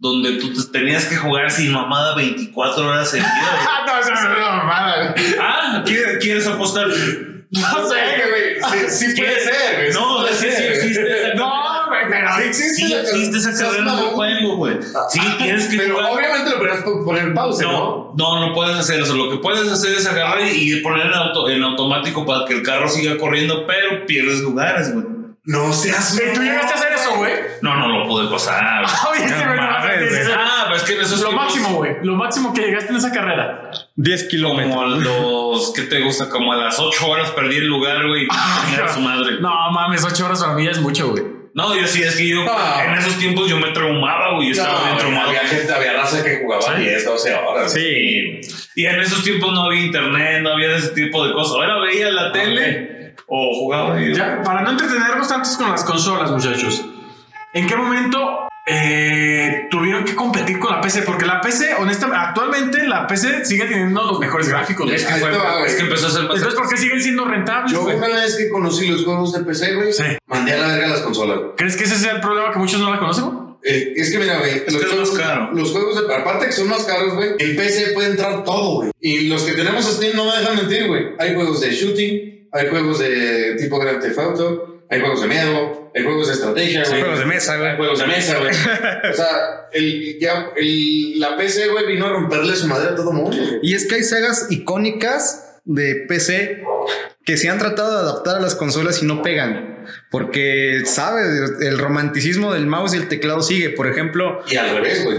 E: donde tú te tenías que jugar sin mamada 24 horas en día.
C: Ah, no, esa es una mamada, güey.
E: ah, ¿quieres, quieres apostar?
C: No sé, güey.
D: eh, güey, sí, sí puede
E: ¿Quieres?
D: ser, güey.
E: No,
D: puede
E: es que sí
D: ser, güey.
E: existe esa-
C: No, güey, pero.
D: Sí existe,
E: Sí,
D: la-
E: existe esa
D: seas
E: carrera en el
D: mamón.
E: juego, güey. Sí, tienes que
D: Pero
E: jugar.
D: obviamente lo podrías po- poner en pausa, ¿no?
E: No, no, no puedes hacer eso. Lo que puedes hacer es agarrar y y poner en, auto- en automático para que el carro siga corriendo, pero pierdes lugares, güey.
D: No seas.
C: ¿Y tú llegaste a hacer eso, güey?
E: No, no lo pude pasar.
C: Oye, este güey no va a hacer
B: mames,
C: eso.
E: ah, pero es que en esos
C: Lo
E: tiempos,
C: máximo, güey. Lo máximo que llegaste en esa carrera.
B: 10
E: Como
B: kilómetros.
E: a los que te gusta, como a las 8 horas perdí el lugar, güey. y chingar a su madre.
C: No, mames, ocho horas para mí ya es mucho, güey.
E: No, yo sí, es que yo
D: Ah.
E: en esos tiempos yo me traumaba, güey. Yo estaba bien
D: güey,
E: traumado.
D: había gente, había raza que jugaba 10, 12 horas.
B: Sí.
E: Y en esos tiempos no había internet, no había ese tipo de cosas. Ahora veía la tele o jugaba. y-
C: Ya, para no entretenernos tantos con las consolas, muchachos. ¿En qué momento eh, tuvieron que competir con la PC, porque la PC, honestamente, actualmente la PC sigue teniendo los mejores gráficos. güey.
D: Es que ahí te va, güey.
E: Es que empezó a ser más.
C: Entonces, ¿por qué siguen siendo rentables?
D: Yo
C: güey?
D: una vez que conocí los juegos de PC, güey,
C: Sí.
D: mandé a la verga las consolas. güey.
C: ¿Crees que ese sea el problema que muchos no la conocen? güey?
D: Eh, es que mira, güey, los,
E: es
D: juegos-
E: más caro.
D: los juegos de aparte que son más caros, güey, en PC puede entrar todo, güey. Y los que tenemos Steam no me dejan mentir, güey. Hay juegos de shooting, hay juegos de tipo Grand Theft Auto, hay juegos de miedo, hay juegos de estrategia, güey.
B: Juegos de mesa, güey.
D: Juegos de mesa, güey. o sea, el, ya, el- la PC, güey, vino a romperle su madre a todo mundo. güey.
B: Y es que hay sagas icónicas de PC que se han tratado de adaptar a las consolas y no pegan. Porque, ¿sabes? El romanticismo del mouse y el teclado sigue. Por ejemplo,
D: Y al revés, güey.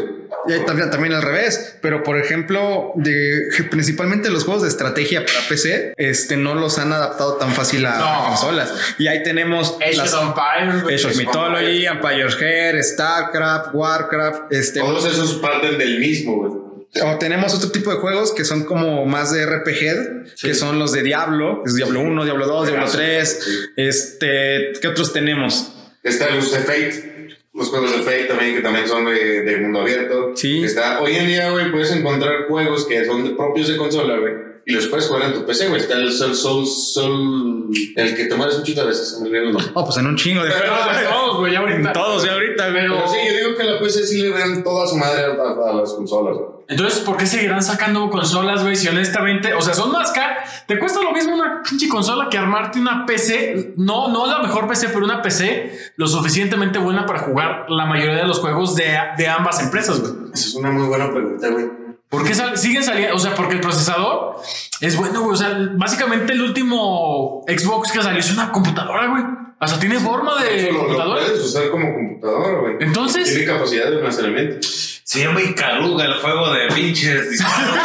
B: y hay también, también al revés. Pero, por ejemplo, de, principalmente los juegos de estrategia para PC este, no los han adaptado tan fácil a
C: No.
B: consolas. Y ahí tenemos las-
C: Las- Empires, güey.
B: Age of Mythology, Empire's Head, StarCraft, WarCraft, este,
D: Todos esos parten del mismo, güey.
B: o tenemos otro tipo de juegos que son como más de RPG, que son los de Diablo, es Diablo 1, Diablo 2, Diablo 3. Este, ¿qué otros tenemos?
D: Está los de Fate, los juegos de Fate también, que también son de, de mundo abierto.
B: Sí.
D: Está, hoy en día, güey, puedes encontrar juegos que son de- propios de consola, güey. Y los puedes jugar en tu PC, güey. Está el Sol, Sol, Sol. El que te mueres un chito a veces, se me olvidó el nombre.
B: Oh, pues en un chingo de
C: Pero de todos, güey, ya ahorita.
B: En todos ya ahorita, güey.
D: Pero sí, yo digo que la PC sí le dan toda su madre a, a- a las consolas, güey.
C: Entonces, ¿por qué seguirán sacando consolas, güey? Si honestamente, o sea, son más caras. Te cuesta lo mismo una pinche consola que armarte una PC. No, no la mejor PC, pero una PC lo suficientemente buena para jugar la mayoría de los juegos de, de ambas empresas, güey.
D: Esa es una muy buena pregunta, güey.
C: ¿Por qué sal- siguen saliendo? O sea, porque el procesador es bueno, güey. O sea, básicamente el último Xbox que salió es una computadora, güey. O sea, tiene forma de
D: Eso lo, lo
C: computadora.
D: puedes usar como computadora, güey.
C: Entonces,
D: Tiene capacidad de almacenamiento.
E: Se llama Icaruga, el juego de pinches disparos.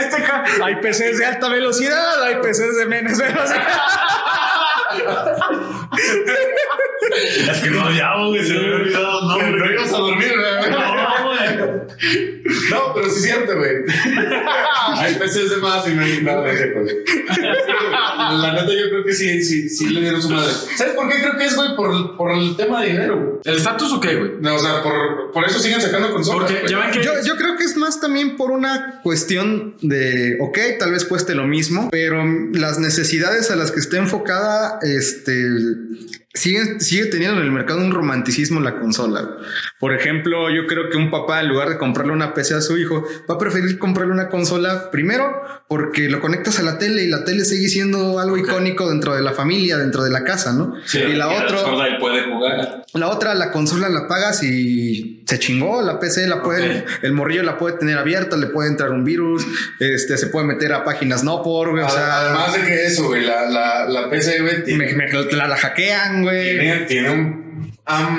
C: este ca-
B: Hay PCs de alta velocidad, hay PCs de menos velocidad.
E: es que no había, güey. Se me había olvidado el nombre.
D: Pero ibas a dormir, güey.
E: No, güey.
D: No, pero sí es cierto, güey. Hay peces de más y no hay nada de eso, güey. La neta, yo creo que sí, sí, sí le dieron su madre. ¿Sabes por qué creo que es, güey? Por, por el tema de dinero, güey.
C: ¿el status o qué, güey?
D: No, o sea, por, por eso siguen sacando consolas.
C: Porque
D: güey.
C: ya ven que.
B: Yo, yo creo que es más también por una cuestión de, ok, tal vez cueste lo mismo, pero las necesidades a las que está enfocada, este, sigue, sigue teniendo en el mercado un romanticismo la consola. Por ejemplo, yo creo que un papá, en lugar de comprarle una PC a su hijo, va a preferir comprarle una consola primero porque lo conectas a la tele y la tele sigue siendo algo icónico dentro de la familia, dentro de la casa, ¿no? y la otra...
E: Discorda y puede jugar.
B: La otra, la consola la pagas y se chingó. La PC la puede, el morrillo la puede tener abierta, le puede entrar un virus, este se puede meter a páginas no por, güey. O
D: Ad-
B: sea,
C: Ah,
D: Además de que eso, güey, la, la, la PC, güey, tiene,
B: me- me- la, la hackean, güey.
D: tiene, tiene un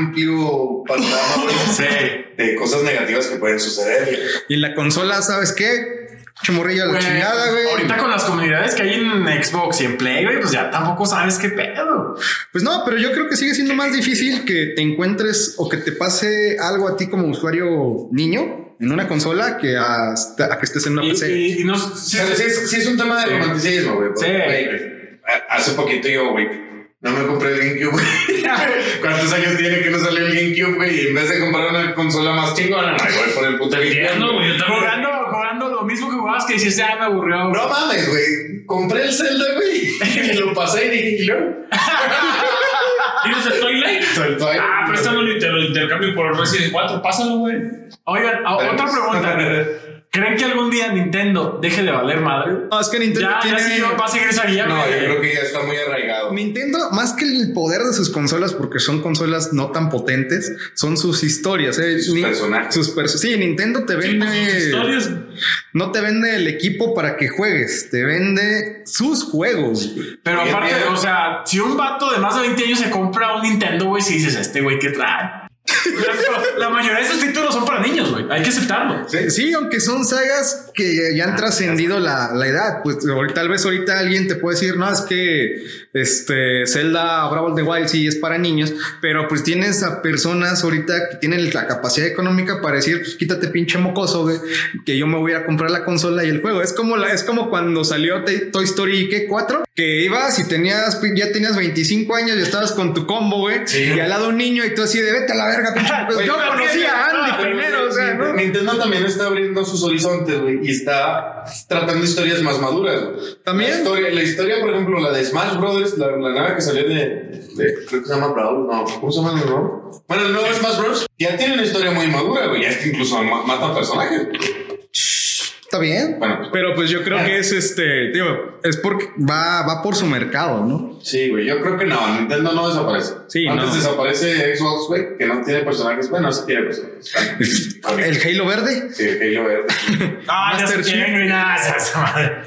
D: amplio panorama, güey, de cosas negativas que pueden suceder, güey.
B: Y la consola, ¿sabes qué? Chimorrillo a la
C: Güey,
B: chingada, güey.
C: Ahorita con las comunidades que hay en Xbox y en Play, güey, pues ya tampoco sabes qué pedo.
B: Pues no, pero yo creo que sigue siendo más difícil que te encuentres o que te pase algo a ti como usuario niño en una consola que a, a que estés en una
C: Y,
B: PC.
C: y- y no, sí,
D: Pero
C: sí,
D: sí, es, sí es un tema de
C: Sí.
D: romanticismo, güey. porque,
C: Sí.
D: güey, a- Hace poquito yo, güey, no me compré el GameCube, güey. ¿Cuántos años tiene que no salió el GameCube, güey? Y en vez de comprar una consola más chingona, me voy por el puto
E: Entiendo,
D: GameCube.
E: güey. Yo también.
C: jugando, jugando lo mismo que jugabas que dices, ah, me aburrió.
D: No mames, güey. Compré el Zelda, güey. Y lo pasé y dije, ¿y luego?
E: ¿Tienes el Twilight?
D: Soltó ahí.
E: Ah, pero esto no lo inter- lo intercambio por Resident 4. Pásalo, güey.
C: Oigan, a- otra pregunta. ¿Creen que algún día Nintendo deje de valer madre?
B: No, es que Nintendo
C: Ya, ya
B: tiene.
C: sí, va a seguir esa guía.
D: No, yo
C: güey.
D: creo que ya está muy arraigado.
B: Nintendo, más que el poder de sus consolas, porque son consolas no tan potentes, son sus historias. eh.
D: Sus personajes.
B: sus perso- sí, Nintendo te
E: Sí, pues, sus
B: vende.
E: historias.
B: No te vende el equipo para que juegues, te vende sus juegos.
C: Pero
D: Bien,
C: aparte,
D: bien.
C: o sea, si un vato de más de 20 años se compra un Nintendo, güey, si dices, este güey, ¿qué trae? La, la mayoría de esos títulos son para niños, güey. Hay que aceptarlo.
B: Sí, aunque son sagas que ya han trascendido la, la edad. Pues ahorita- tal vez ahorita alguien te puede decir, no, es que este Zelda Bravo de Wild sí es para niños, pero pues tienes a personas ahorita que tienen la capacidad económica para decir, pues quítate pinche mocoso, güey, que yo me voy a comprar la consola y el juego. Es como la, es como cuando salió Te- Toy Story ¿qué? 4, que ibas y tenías, ya tenías 25 años y estabas con tu combo, güey, y al lado un niño y tú así de vete a la verga, pinche mocoso". Yo
C: pero
B: conocía a
C: tiene-
B: Andy
C: ah,
D: Pero
B: primero, o sea, ¿no?
D: Nintendo también está abriendo sus horizontes, güey, y está tratando historias más maduras. güey.
B: También.
D: La historia, la historia, por ejemplo, la de Smash Brothers, la, la nueva que salió de, de- Creo que se llama Brawl, no. ¿Cómo se llama el nuevo? Bueno, el nuevo Smash Bros. Ya tiene una historia muy madura, güey. Ya es que incluso ma- mata personajes.
B: Está bien.
D: Bueno,
B: Pero pues yo creo que es este, digo, es porque va, va por su mercado, ¿no?
D: sí, güey. Yo creo que no. Nintendo no desaparece.
B: Sí,
D: Antes
B: no.
D: desaparece Xbox, güey, que no tiene personajes. Bueno, sí tiene personajes.
B: El Halo verde.
D: Sí, el Halo Verde.
C: Ah, ya
B: Master
C: se
B: Chief.
C: quieren, nada, esa esa madre.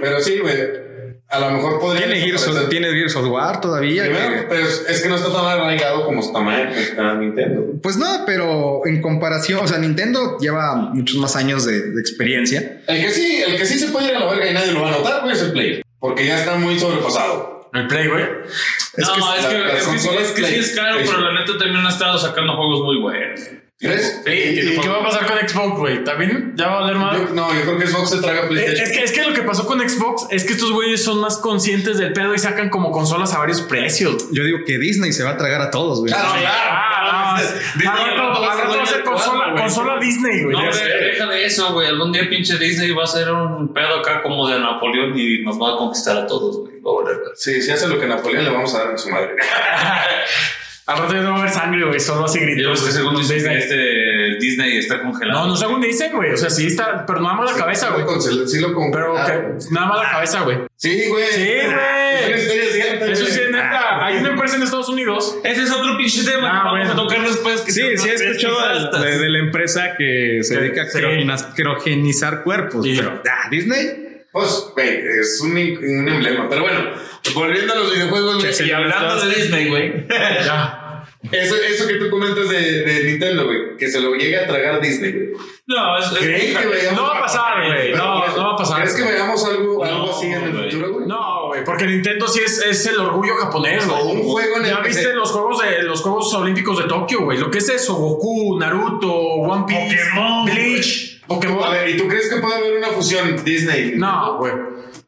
D: Pero sí, güey. A lo mejor podría.
B: Tiene Gears, of-
D: desaparecer.
B: tiene Gears of War todavía.
D: Primero,
B: que-
D: pero es es que no está tan arraigado como está Mario, que está Nintendo.
B: pues no, pero en comparación, o sea, Nintendo lleva muchos más años de, de experiencia.
D: El que sí, el que sí se puede ir a la verga y nadie lo va a notar, güey, es el Play. Porque ya está muy sobrepasado.
C: El Play, güey.
E: no, es,
D: la- las
E: que, es, que, sí-
D: consolas
E: es que sí
D: Play-
E: es caro, pero la neta también ha estado sacando juegos muy buenos.
D: ¿Crees?
E: Sí,
C: ¿Y,
E: tiene
C: y qué va a
E: juegos-
C: pasar con Xbox, güey? ¿También ya va a valer madre?
D: Yo- no, yo creo que Xbox se traga
C: Es,
D: PlayStation.
C: es que, es que lo que pasó con Xbox es que estos güeyes son más conscientes del pedo y sacan como consolas a varios precios.
B: Yo digo que Disney se va a tragar a todos, güey.
D: Claro,
C: Ah,
D: claro.
C: ah,
D: Disney
C: al rato- al rato va a ser consola, consola Disney, güey.
E: No,
C: Pues ya
E: güey,
C: sé.
E: deja de eso, güey. Algún día pinche Disney va a ser un pedo acá como de Napoleón y nos va a conquistar a todos, güey. Va a valer verga.
D: Sí, si hace lo que Napoleón le vamos a dar en su madre.
C: Al rato ya no va a haber sangre, güey. Solo así
E: Ya
C: gritos.
E: ves que según
C: con
E: dicen que
C: Disney.
E: este Disney está
C: No,
E: congelado.
C: no según dicen, güey. O sea, sí está, pero nada más la cabeza, güey.
D: Sí lo- Sí lo compré.
C: Pero
D: Ah,
C: que- nada más la cabeza, güey.
D: Sí, güey.
C: Sí, güey.
D: Es una historia cierta,
C: Eso
D: güey.
C: sí es neta. Hay una empresa en Estados Unidos.
E: Ese es otro pinche tema
C: Ah,
E: que vamos
C: bueno.
E: a tocar después. Que
B: Sí,
E: se-
B: sí he escuchado de, de- de la empresa que se
C: Sí,
B: dedica a
C: sí.
B: criogeniz- criogenizar cuerpos.
C: Sí.
B: Pero, ah, Disney.
D: Pues, güey, es un, un emblema. Pero bueno, volviendo a los videojuegos, güey.
E: Y hablando de Disney, güey.
C: Ya.
D: Eso, eso que tú comentas de, de Nintendo, güey, que se lo llegue a tragar Disney, güey.
E: No, es, es-
D: ¿Crees que vayamos-
C: No va a pasar, güey. No, no va a pasar.
D: ¿Crees que veamos algo, algo
E: No,
D: así en el
E: güey.
D: futuro, güey?
C: No, güey, porque Nintendo sí es, es el orgullo japonés,
D: O un
C: güey.
D: juego en el
C: Ya
D: que
C: viste
D: se-
C: los juegos de los Juegos Olímpicos de Tokio, güey. Lo que es eso, Goku, Naruto, One Piece,
E: Pokémon,
C: Bleach, Pokémon.
D: A ver, ¿y tú crees que puede haber una fusión Disney?
C: No, güey.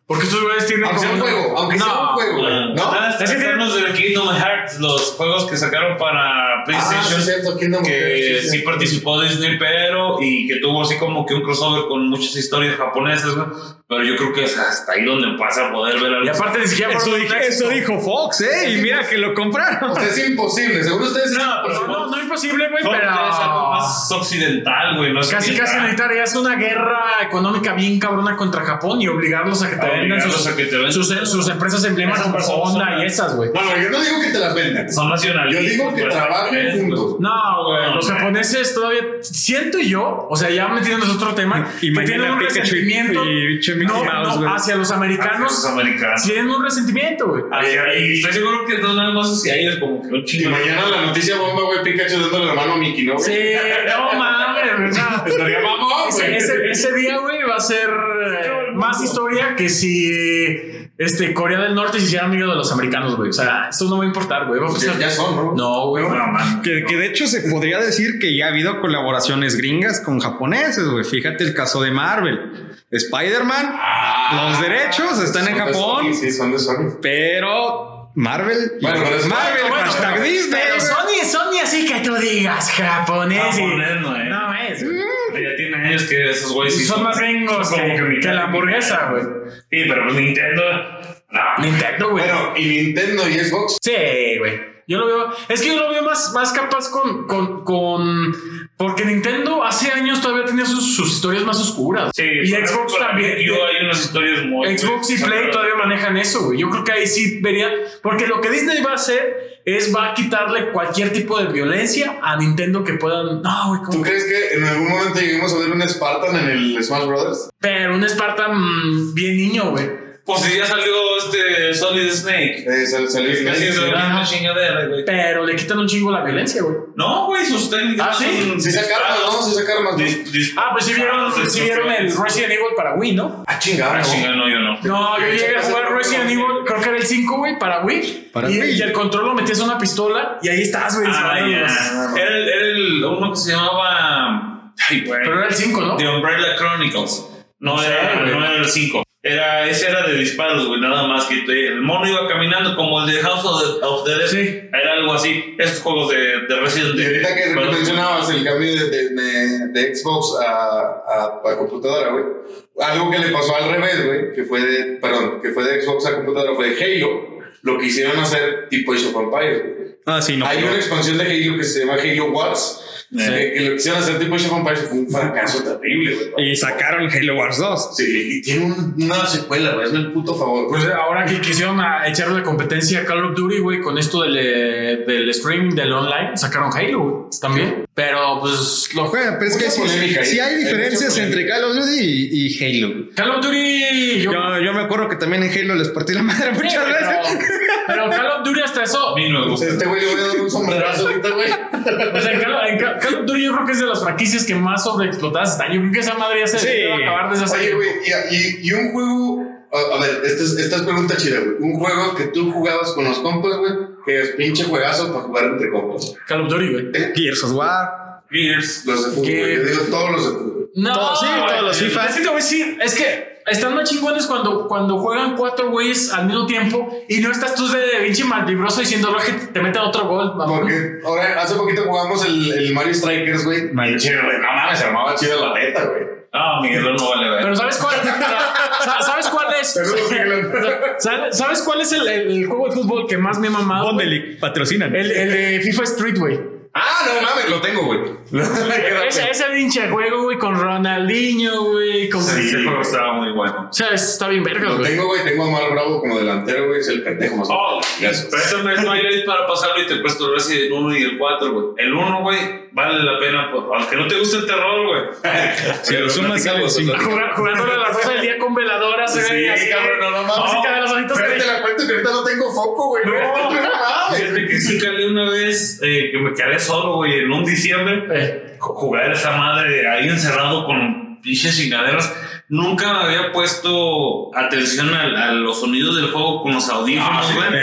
C: Porque estos güeyes tienen
D: Aunque sea un
C: una-
D: juego, aunque sea un juego, güey.
E: Ah,
D: ¿No?
E: nada,
C: Es que tiene-
E: Estamos de Kingdom Hearts, los juegos que sacaron para
D: Ah, sí,
E: PlayStation.
D: es cierto, Kingdom
E: que
D: Hearts,
E: sí participó Disney, pero y que tuvo así como que un crossover con muchas historias japonesas, güey. Pero yo creo que es hasta ahí donde pasa a poder ver algo.
C: Y aparte ni siquiera
B: Eso,
C: fueron
B: dije-
C: un éxito.
B: eso dijo Fox, ¿eh? Y mira que lo compraron.
D: O sea, es imposible. Según ustedes,
E: No,
C: No, no, no es posible, güey,
E: Porque es algo
C: pero...
E: más occidental, güey. No es
C: Casi,
E: que-
C: casi
E: ah,
C: necesitarías una guerra económica bien cabrona contra Japón y obligarlos a que te
E: A
C: vendan
E: obligarlos
C: sus,
E: a que te vendan.
C: sus, sus empresas emblemas
E: Esas
C: como
E: personas son-
C: Honda y esas, güey.
D: Bueno, yo no digo que te las vendan.
E: Son
D: Yo
E: nacionalistas.
D: digo que
E: pues,
D: trabajen
E: ¿sabes?
D: juntos.
C: No, güey.
E: No,
C: Los
E: güey.
C: japoneses todavía siento yo, o sea, ya metiéndonos en otro tema,
B: Y
C: que tienen
B: mañana
C: un
B: Pikachu y-
C: resentimiento
B: y pinche Mickey
C: no,
B: Mouse,
C: no,
B: güey.
C: hacia los
E: Los
C: americanos.
E: Pues, americanos.
C: Tienen un resentimiento, güey.
E: Hacia- y estoy seguro que no nada más hacia ellos, como que un
D: Y
E: chingo.
D: mañana la noticia bomba, güey, Pikachu dándole la mano a Mickey, ¿no? güey?
C: pues. Sí, no mames, güey, no.
D: Estaría mamón,
C: Ese,
D: güey.
C: ese- ese día, güey, va a ser eh, más historia que si este, Corea del Norte se hiciera amigo de los americanos, güey. O sea, esto no va a importar, güey. Va a
D: Pues ya,
C: pasar.
D: ya son, ¿no?
C: No, güey.
E: No, man.
B: Que, que de hecho se podría decir que ya ha habido colaboraciones gringas con japoneses, güey. Fíjate el caso de Marvel. Spider-Man, los derechos están en
D: Ah, Son de
B: Japón,
D: Sony, Sí, son de Sony.
B: pero Marvel,
D: Bueno, pero es-
B: Marvel,
D: bueno,
B: hashtag
D: pero-
B: Disney.
C: Pero
B: güey.
C: Sony, Sony, así que tú digas japonés. y-
E: Japonés no es.
C: No es.
E: eh. Ya tiene años que esos güeyes sí
C: Son más gringos
E: son como
C: que,
E: mitad
C: que la
E: y
C: hamburguesa,
E: mitad.
C: güey.
E: Sí, pero pues Nintendo. No,
C: Nintendo, güey.
D: Bueno, y Nintendo y Xbox.
C: Sí, güey. Yo lo veo. Es que yo lo veo más, más capaz con, con, con. Porque Nintendo hace años todavía tenía sus, sus historias más oscuras.
E: Sí,
C: y
E: para-
C: Xbox
E: para
C: también.
E: mí, Yo hay unas historias muy.
C: Xbox y
E: muy-
C: Play todavía manejan eso, güey. Yo creo que ahí sí vería. Porque lo que Disney va a hacer es va a quitarle cualquier tipo de violencia a Nintendo que puedan. No, güey, ¿cómo?
D: ¿Tú crees que en algún momento lleguemos a ver un Spartan en el Smash Brothers?
C: Pero un Spartan mm, bien niño, güey.
E: Pues si ya salió este Solid Snake.
G: Eh, sal- salió
E: Casi
G: Snake,
E: es
G: sí.
E: una chingadera, güey.
C: Pero le quitan un chingo la violencia, güey.
E: No, güey, sus técnicas.
C: Ah, ¿sí?
E: son
D: Si sacaron más,
E: disparos.
D: ¿no? Si sacaron más, ¿no?
E: Dis- dis-
C: Ah, pues sí vieron,
E: disparos,
C: sí vieron el
E: explosiones.
C: Resident Evil para Wii, ¿no?
D: Ah, chingada,
E: Ah,
D: ¿no?
E: chinga, no, yo no.
C: No, yo llegué a jugar Resident Evil, creo que era el 5, güey, para Wii.
B: Para
C: y,
B: Wii.
C: y el control lo metías en una pistola y ahí estás, güey.
E: Ah,
C: disparándolos.
E: ya. Era, el, era el- uno que se llamaba. Ay, güey.
C: Pero era el 5, ¿no?
E: The Umbrella Chronicles. No,
C: No sé,
E: era,
C: güey.
E: no era el 5. Era, ese era de disparos, güey, nada más que te- el mono iba caminando como el de House of the, of the Dead.
C: Sí.
E: Era algo así. Estos juegos de, de Resident
D: Y ahorita que
E: Bueno,
D: mencionabas el cambio de, de- de- de Xbox a, a, a computadora, güey. Algo que le pasó al revés, güey, que fue de, perdón, que fue de Xbox a computadora, fue de Halo. Lo que hicieron hacer tipo Age of Empires, güey.
B: Ah, sí, no.
D: Hay una expansión de Halo que se llama Halo Wars. Que, que lo quisieron hacer tipo Age of Empires y fue un fracaso terrible, güey.
B: Y sacaron Halo Wars 2.
D: Sí, y tiene un- una secuela, güey. Es el puto favor.
C: Pues ahora que quisieron a- echarle la competencia a Call of Duty, güey, con esto del, eh, del streaming, del online, sacaron Halo, güey, también. Pero pues lo
B: Bueno, pero es que
D: Mucha
B: sí,
D: polémica ahí.
B: sí hay
D: Hay mucha
B: diferencias
D: polémica.
B: entre Call of Duty y, y Halo.
C: Call of Duty, yo,
B: Yo, yo me acuerdo que también en Halo les partí la madre
C: Sí,
B: muchas
C: güey,
B: veces.
C: Pero, pero Call of Duty hasta eso.
E: A mí no me gusta.
D: Este güey le voy a dar un sombrerazo ahorita, güey.
C: O sea, en Call, en Ca- Call of Duty yo creo que es de las franquicias que más sobreexplotadas están. Yo creo que esa madre ya se
B: Sí.
C: debe acabar desde hace
D: Oye, güey, y, y- y un juego. A, a ver, esta es, esta es pregunta chida, güey. Un juego que tú jugabas con los compas, güey. Que es pinche juegazo para jugar entre compas.
C: Call of Duty, güey.
B: Gears of War.
E: Gears.
D: Los de fútbol.
C: ¿Qué?
D: güey. Yo digo todos los de fútbol.
C: No,
B: Todos, sí,
C: güey.
B: todos los FIFA.
C: Es que te voy a decir, es que están más chingones cuando, cuando juegan cuatro güeyes al mismo tiempo y no estás tú de pinche malvibroso diciendo que te meten otro gol. mamón".
D: Porque ahora, hace poquito jugamos el, el Mario Strikers, güey.
B: Mario.
D: Chido, güey. No mames, se armaba chido la neta, güey.
E: Ah, Miguel no vale, güey.
C: Pero ¿sabes cuál? Sa- ¿Sabes cuál es?
D: Saludos, Miguelón.
C: Sa- ¿Sabes cuál es el, el- el juego de fútbol que más me ha mamado? güey?
B: Bondelic, patrocinan.
C: El, el de FIFA Street, güey.
D: Ah, no mames, lo tengo, güey.
C: Ese, ese pinche juego, güey, con Ronaldinho, güey. Con...
E: Sí, ese juego estaba muy bueno.
C: O sea, está bien verga,
D: Lo
C: güey.
D: tengo, güey. Tengo a Mar Bravo como delantero, güey. Es el pendejo más.
E: Oh,
D: Gracias.
E: préstame el Twilight para pasarlo y te presto el Resident 1 y el 4, güey. El 1, güey, vale la pena. pues, Aunque no te guste el terror, güey.
B: Si lo sumas, sale
D: platicamos,
B: cinco.
C: Jugar- Jugándole a las 12 del día con veladoras,
D: Sí,
C: güey. así,
D: cabrón, no, no mames.
C: Música de los ojitos
D: Pero te
C: que-
D: la cuento que ahorita no tengo foco, güey. No, no mames.
E: Fíjate que sí calé una vez eh, que me quedé solo, güey, en un diciembre.
C: Eh,
E: ju- Jugar esa madre ahí encerrado con pinches chingaderas. Nunca me había puesto atención al- a, los sonidos del juego con los
D: Ah,
E: audífonos, güey. No,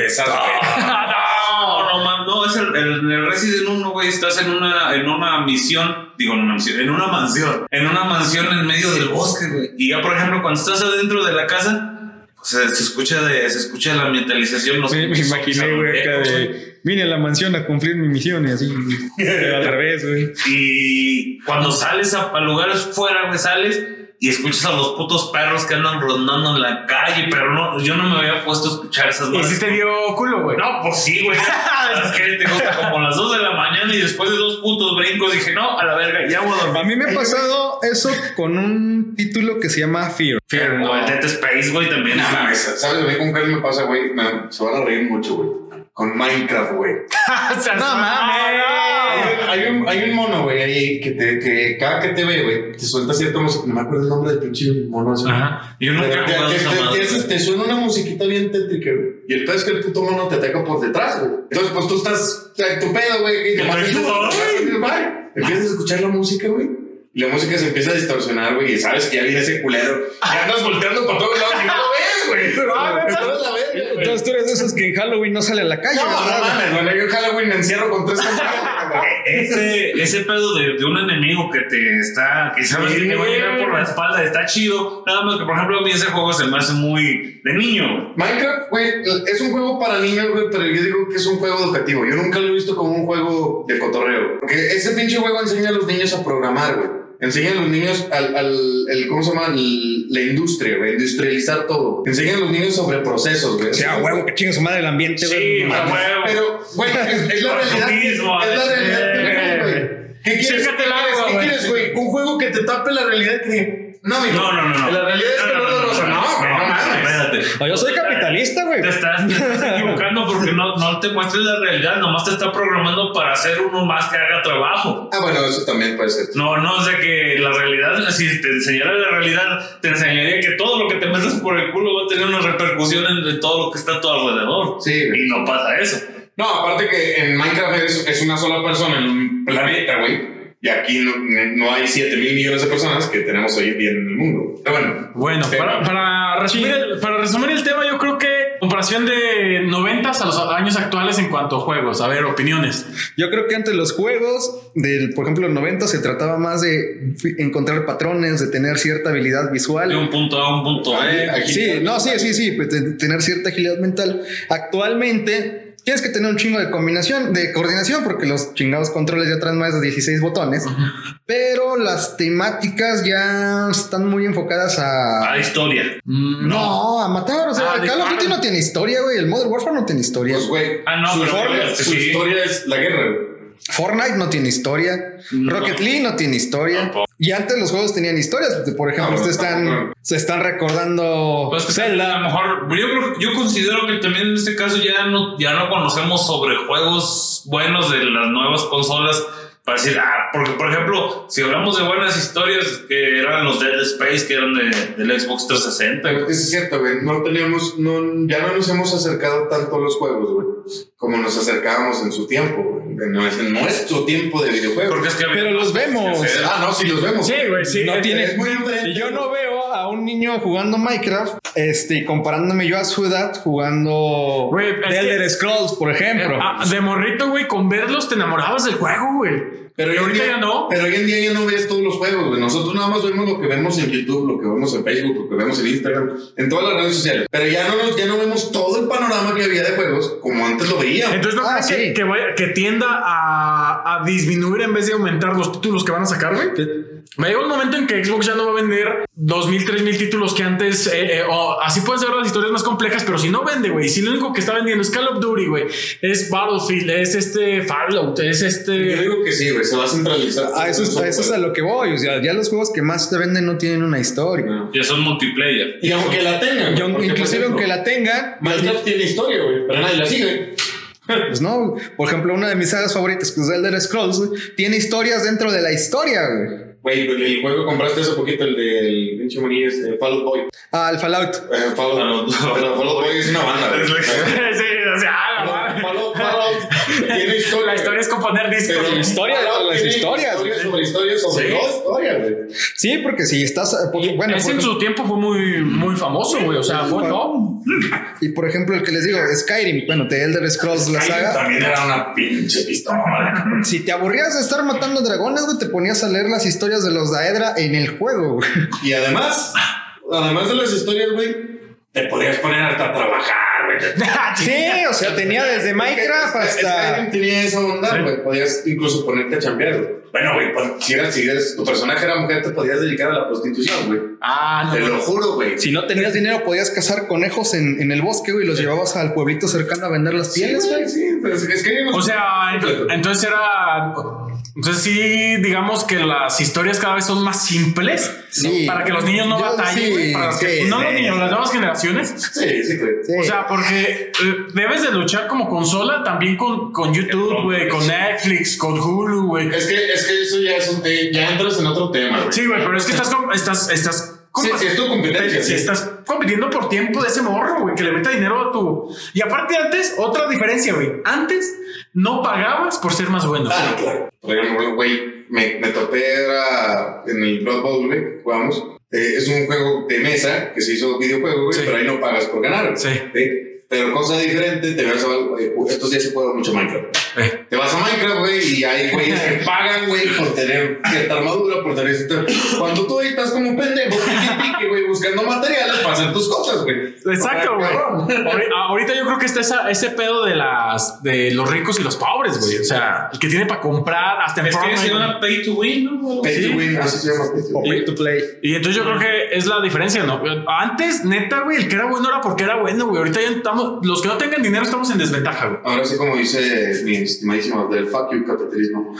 E: no, man, no, es el, el, en el Resident 1, güey, estás en una, en una misión, digo, en una misión, en una mansión, en una mansión en medio del bosque, güey. Y ya, por ejemplo, cuando estás adentro de la casa, pues, se, se escucha de, se escucha la ambientalización. los
B: Me, me
E: pinches
B: imaginé, güey, acá
E: zombies,
B: de. Vine a la mansión a cumplir mi misión y así. Al revés, güey.
E: Y cuando sales a, a lugares fuera, güey, sales y escuchas a los putos perros que andan rondando en la calle, pero no, yo no me había puesto a escuchar esas
C: Y si
E: madres.
C: te dio culo, güey.
E: No, pues sí, güey. es que te gusta como a las 2 de la mañana y después de dos putos brincos dije, no, a la verga, ya voy a
B: A
E: dormir.
B: mí me ha pasado eso con un título que se llama Fear.
E: Pero no, el Dead Space, güey, también.
D: No mames, ¿sabes a mí con qué me pasa, güey? Me- se van a reír mucho, güey. Con Minecraft, güey.
C: O sea,
B: ¡No mames!
D: Hay un, hay un mono, güey, ahí que, te, que cada que te ve, güey, te suelta cierta música. No me acuerdo el nombre del pinche mono. ese.
E: Ajá. Yo
D: Pero
E: nunca he
D: que-
E: jugado
D: que-
E: esa
D: que-
E: madre.
D: que ese- te suena una musiquita bien tétrica, güey. Y el pedo es que el puto mono te ataca por detrás, güey. Entonces, pues tú estás en tu pedo, güey. Y te
E: Entonces,
D: mandas-
E: tú,
D: Bye. Empiezas a escuchar la música, güey. Y la música se empieza a distorsionar, güey. Y sabes que ya viene ese culero. Ya andas volteando por todos lados y no lo ves, güey.
C: Ah, ¿neta?
D: Entonces, la ves, güey.
B: Entonces tú eres de esos que en Halloween no sale a la calle,
D: No, no
B: ¿verdad?
D: mames, güey. Yo en Halloween me encierro con tres camaradas, güey.
E: Ese, ese pedo de, de un enemigo que te está, que sabes que te va a llegar por la espalda, está chido. Nada más que, por ejemplo, a mí ese juego se me hace muy de niño.
D: Minecraft, güey, es un juego para niños, güey, pero yo digo que es un juego educativo. Yo nunca lo he visto como un juego de cotorreo. Porque ese pinche juego enseña a los niños a programar, güey. Enseña a los niños al, al el, ¿cómo se llama? El- la industria, güey, industrializar todo. Enseña a los niños sobre procesos, güey.
B: O sea, huevo, que chinga su madre el ambiente, güey.
E: a huevo.
D: Pero, güey, es, es la realidad.
E: Consumismo,
D: es la realidad que
C: eh,
D: tenemos, güey.
C: eh,
D: ¿Qué quieres,
C: Chécate el
D: ¿Qué
C: agua, güey.
D: quieres, ¿Qué quieres, güey? Un juego que te tape la realidad que diga, No, amigo.
E: No, no, no, no.
D: La realidad es que no, no, no, no, güey, no mames.
E: espérate.
H: No, yo soy capitalista, güey.
E: Te estás, te estás equivocando porque no, no te muestres la realidad, nomás te está programando para hacer uno más que haga trabajo.
I: Ah, bueno, eso también puede ser.
E: No, no, es de que la realidad, si te enseñara la realidad, te enseñaría que todo lo que te metes por el culo va a tener una repercusión en, en todo lo que está a tu alrededor.
D: Sí, güey.
E: Y no pasa eso.
D: No, aparte que en Minecraft eres- es una sola persona en un planeta, güey.
I: Y aquí no, no hay 7 mil millones de personas que tenemos hoy en día en el mundo. Pero bueno,
C: Bueno,
I: Tema.
C: para, para resumir el, para resumir el tema, yo creo que comparación de 90 a los años actuales en cuanto a juegos. A ver, opiniones.
B: Yo creo que antes los juegos del, por ejemplo, los 90 se trataba más de fi- encontrar patrones, de tener cierta habilidad visual.
E: De un punto A a un punto B.
B: Sí, no, sí, sí, sí, pues, te- tener cierta agilidad mental. Actualmente tienes que tener un chingo de combinación, de coordinación, porque los chingados controles ya traen más de 16 botones. Pero las temáticas ya están muy enfocadas a.
E: A historia.
C: Mm,
B: no, a matar. O sea,
C: Ah,
B: Call of
C: disparan.
B: Duty no tiene historia, güey. El Modern Warfare no tiene historia.
D: Pues, güey.
E: Ah, no,
D: su
E: pero
D: historia,
E: bueno,
D: su
E: sí.
D: historia es la guerra, güey.
B: Fortnite no tiene historia. Rocket League no tiene historia.
E: pues.
B: Y antes los juegos tenían historias. Por ejemplo,
D: Ah,
B: ustedes están,
D: ah,
B: se están recordando.
E: Pues que a lo mejor, yo, creo- yo considero que también en este caso ya no, ya no conocemos sobre juegos buenos de las nuevas consolas para decir, ah, porque por ejemplo, si hablamos de buenas historias que eran los Dead Space, que eran de, del Xbox 360, güey.
D: Pero es cierto, güey. No teníamos, no, ya no nos hemos acercado tanto a los juegos, güey, como nos acercábamos en su tiempo, güey. No es en nuestro tiempo de videojuegos.
E: porque es que
B: Pero los vemos.
D: Ah, no, sí los vemos.
C: Sí, güey, sí.
B: No
C: eh,
B: tiene-
D: Es muy diferente.
B: Y yo no veo a un niño jugando Minecraft, este, y comparándome yo a su edad jugando
C: Güey, es
B: The Elder
C: que-
B: Scrolls, por ejemplo.
C: Ah, de morrito, güey, con verlos te enamorabas del juego, güey.
D: Pero hoy en
C: ahorita
D: día-
C: ya no.
D: Pero hoy en día ya no ves todos los juegos, güey. Nosotros nada más vemos lo que vemos en YouTube, lo que vemos en Facebook, lo que vemos en Instagram, en todas las redes sociales. Pero ya no, nos- ya no vemos todo el panorama que había de juegos como antes lo veíamos.
C: Entonces, ¿no
B: Ah,
C: crees que,
B: sí.
C: que vaya- que tienda a, a disminuir en vez de aumentar los títulos que van a sacar, güey? Va a llegar un momento en que Xbox ya no va a vender 2.000, 3.000 títulos que antes... eh, eh, o así pueden ser las historias más complejas, pero si no vende, güey. Si lo único que está vendiendo es Call of Duty, güey. Es Battlefield, es este Fallout, es
D: Yo
C: este...
D: digo que sí, güey. Se va a centralizar.
B: a eso, es- a eso es a lo que voy. O sea, ya los juegos que más te venden no tienen una historia.
E: ya son multiplayer.
D: Y aunque la tengan,
B: Y
D: güey,
B: aun-
D: porque, por
B: inclusive
D: ejemplo,
B: aunque la tengan,
D: Minecraft tiene historia, güey, pero nadie la sigue.
B: pues no. Por ejemplo, una de mis sagas favoritas, que es The Elder Scrolls, güey, tiene historias dentro de la historia. güey.
D: Güey, el el juego que compraste hace poquito, el del pinche maní, este, Fallout Boy.
B: Ah, el Fallout.
D: Eh, Fallout,
E: Fallout.
D: pero Fallout Boy es una banda. güey.
E: Es
C: sí, o sea, ah, la madre.
D: Fallout, Fallout, Fallout tiene historia.
C: la historia es componer discos.
D: Pero
C: güey.
B: historia dentro de
D: Fallout
B: las
D: tiene
B: historias,
D: Historia sobre historia sobre
C: Sí.
D: dos historias, güey.
B: Sí, porque si estás. eh, por- bueno,
C: Ese
B: por
C: en
B: ejemplo-
C: su tiempo fue muy, muy famoso, güey. O sea, fue top.
B: y por ejemplo, el que les digo, Skyrim, bueno, The Elder Scrolls, la saga.
E: También era una pinche pistola.
B: Si te aburrías de estar matando dragones, güey, te ponías a leer las historias de los Daedra en el juego. güey.
D: Y además, además de las historias, güey, te podías poner hasta a trabajar, güey.
C: Ah,
B: Sí, o sea, tenía desde Minecraft
D: Skyrim
B: hasta.
D: tenía esa onda, güey. Podías incluso ponerte a chambear, güey. Bueno, güey, pues, si, eras, si eras- tu personaje era mujer, te podías dedicar a la prostitución, güey.
C: Ah,
D: Te
C: no.
D: lo juro, güey.
B: Si no tenías dinero, podías cazar conejos en, en el bosque, güey, y los llevabas al pueblito cercano a vender las
D: Sí,
B: pieles, güey.
D: güey, sí. pero es que
C: O sea, ent- entonces era. Entonces sí, digamos que las historias cada vez son más simples
B: Sí.
C: para que los niños no
B: Yo-
C: batallen,
B: sí,
C: güey, para que-
B: sí,
C: no los
B: sí.
C: niños, las nuevas generaciones.
D: Sí, sí, güey.
B: Sí.
C: O sea, porque eh, debes de luchar como consola también con, con YouTube, güey, con Netflix, con Hulu, güey.
D: Es que, es que eso ya es un- eh, ya entras en otro tema, güey.
C: Sí, güey, pero es que estás com- estás estás
D: Sí, sí, es tu competencia,
C: Sí,
D: sí.
C: estás compitiendo por tiempo de ese morro, güey, que le meta dinero a tu. Y aparte antes otra diferencia, güey. Antes no pagabas por ser más bueno.
D: Ah, no, claro. Por ejemplo, güey, me, me topé era en el Blood Bowl, güey, que jugamos. Eh, es un juego de mesa que se hizo videojuego, güey,
C: Sí.
D: pero ahí no pagas por ganar. güey.
C: Sí.
D: ¿Sí? Pero cosa diferente, te vas a güey, estos días se juega mucho Minecraft.
C: Eh.
D: Te vas a Minecraft, güey, y hay güeyes que pagan, güey, por tener cierta armadura, por tener cierta... Cuando tú ahí estás como un pendejo, pique, pique, güey, buscando materiales para hacer tus cosas, güey.
C: Exacto,
D: Para-
C: güey. Ahori- Ahorita yo creo que está esa- ese pedo de las de los ricos y los pobres, güey. O sea, el que tiene para comprar hasta en
E: que
C: Fortnite,
E: es
C: güey.
E: una pay to win, ¿no?
D: Pay
C: Sí.
D: to win, así se llama. pay to
B: O
D: win.
B: pay to play.
C: Y entonces yo creo que es la diferencia, ¿no? Antes, neta, güey, el que era bueno era porque era bueno, güey. Ahorita ya estamos, los que no tengan dinero estamos en desventaja, güey.
D: Ahora sí, como dice mi estimadísimo del fuck you capitalismo.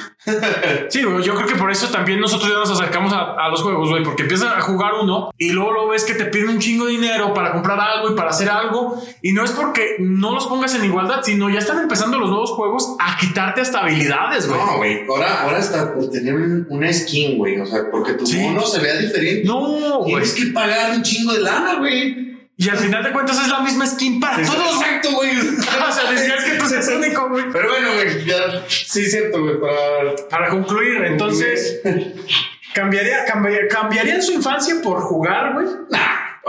C: Sí, güey, yo creo que por eso también nosotros ya nos acercamos a, a los juegos, güey, porque empiezas a jugar uno y luego lo ves que te piden un chingo de dinero para comprar algo y para hacer algo. Y no es porque no los pongas en igualdad, sino ya están empezando los nuevos juegos a quitarte hasta habilidades, güey.
D: No, güey. Ahora, ahora hasta por tener un- una skin, güey. O sea, porque tu
C: Sí.
D: mono se vea diferente.
C: No, güey.
D: Tienes que pagar un chingo de lana, güey.
C: Y al final de cuentas es la misma skin para todos. güey.
D: Exacto, güey.
C: O sea, decías que tú seas único, güey.
D: Pero bueno, güey, ya. Sí, cierto, güey. Para.
C: Para concluir, entonces, ¿cambiaría, cambiaría, ¿cambiarían su infancia por jugar, güey?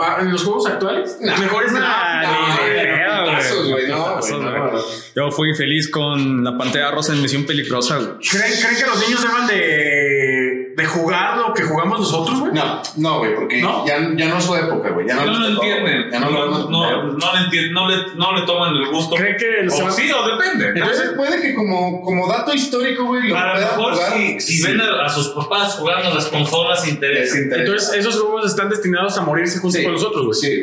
C: Ah, ¿En los juegos actuales? Mejores
B: Nah,
C: nada.
B: ni
C: güey.
B: idea.
D: No, putazos, güey, no, güey,
B: Putazos,
D: no.
B: güey. Yo fui feliz con la pantalla rosa en Misión Peligrosa, güey.
C: ¿Creen, creen que los niños deban de, de jugar lo que jugamos nosotros, güey?
D: No, no, güey, porque
C: ¿No?
D: Ya, ya no es su época, güey. Ya no,
E: No
D: les
E: lo
D: tocó,
E: entienden.
D: güey. Ya
E: No,
D: no lo
E: no, no, le entienden. No le, no le toman el gusto.
C: ¿Creen que
D: Oh,
C: el- se
E: O
C: va-
E: sí, o depende.
D: Entonces puede que como, como dato histórico, güey, lo
E: A lo
D: pueda
E: mejor
D: jugar.
E: si, si
D: Sí.
E: ven a, a sus papás jugando a las consolas
D: Les
E: interesa.
D: interesa.
C: Entonces, esos juegos están destinados a morirse juntos
D: Sí.
C: con nosotros, güey.
D: sí,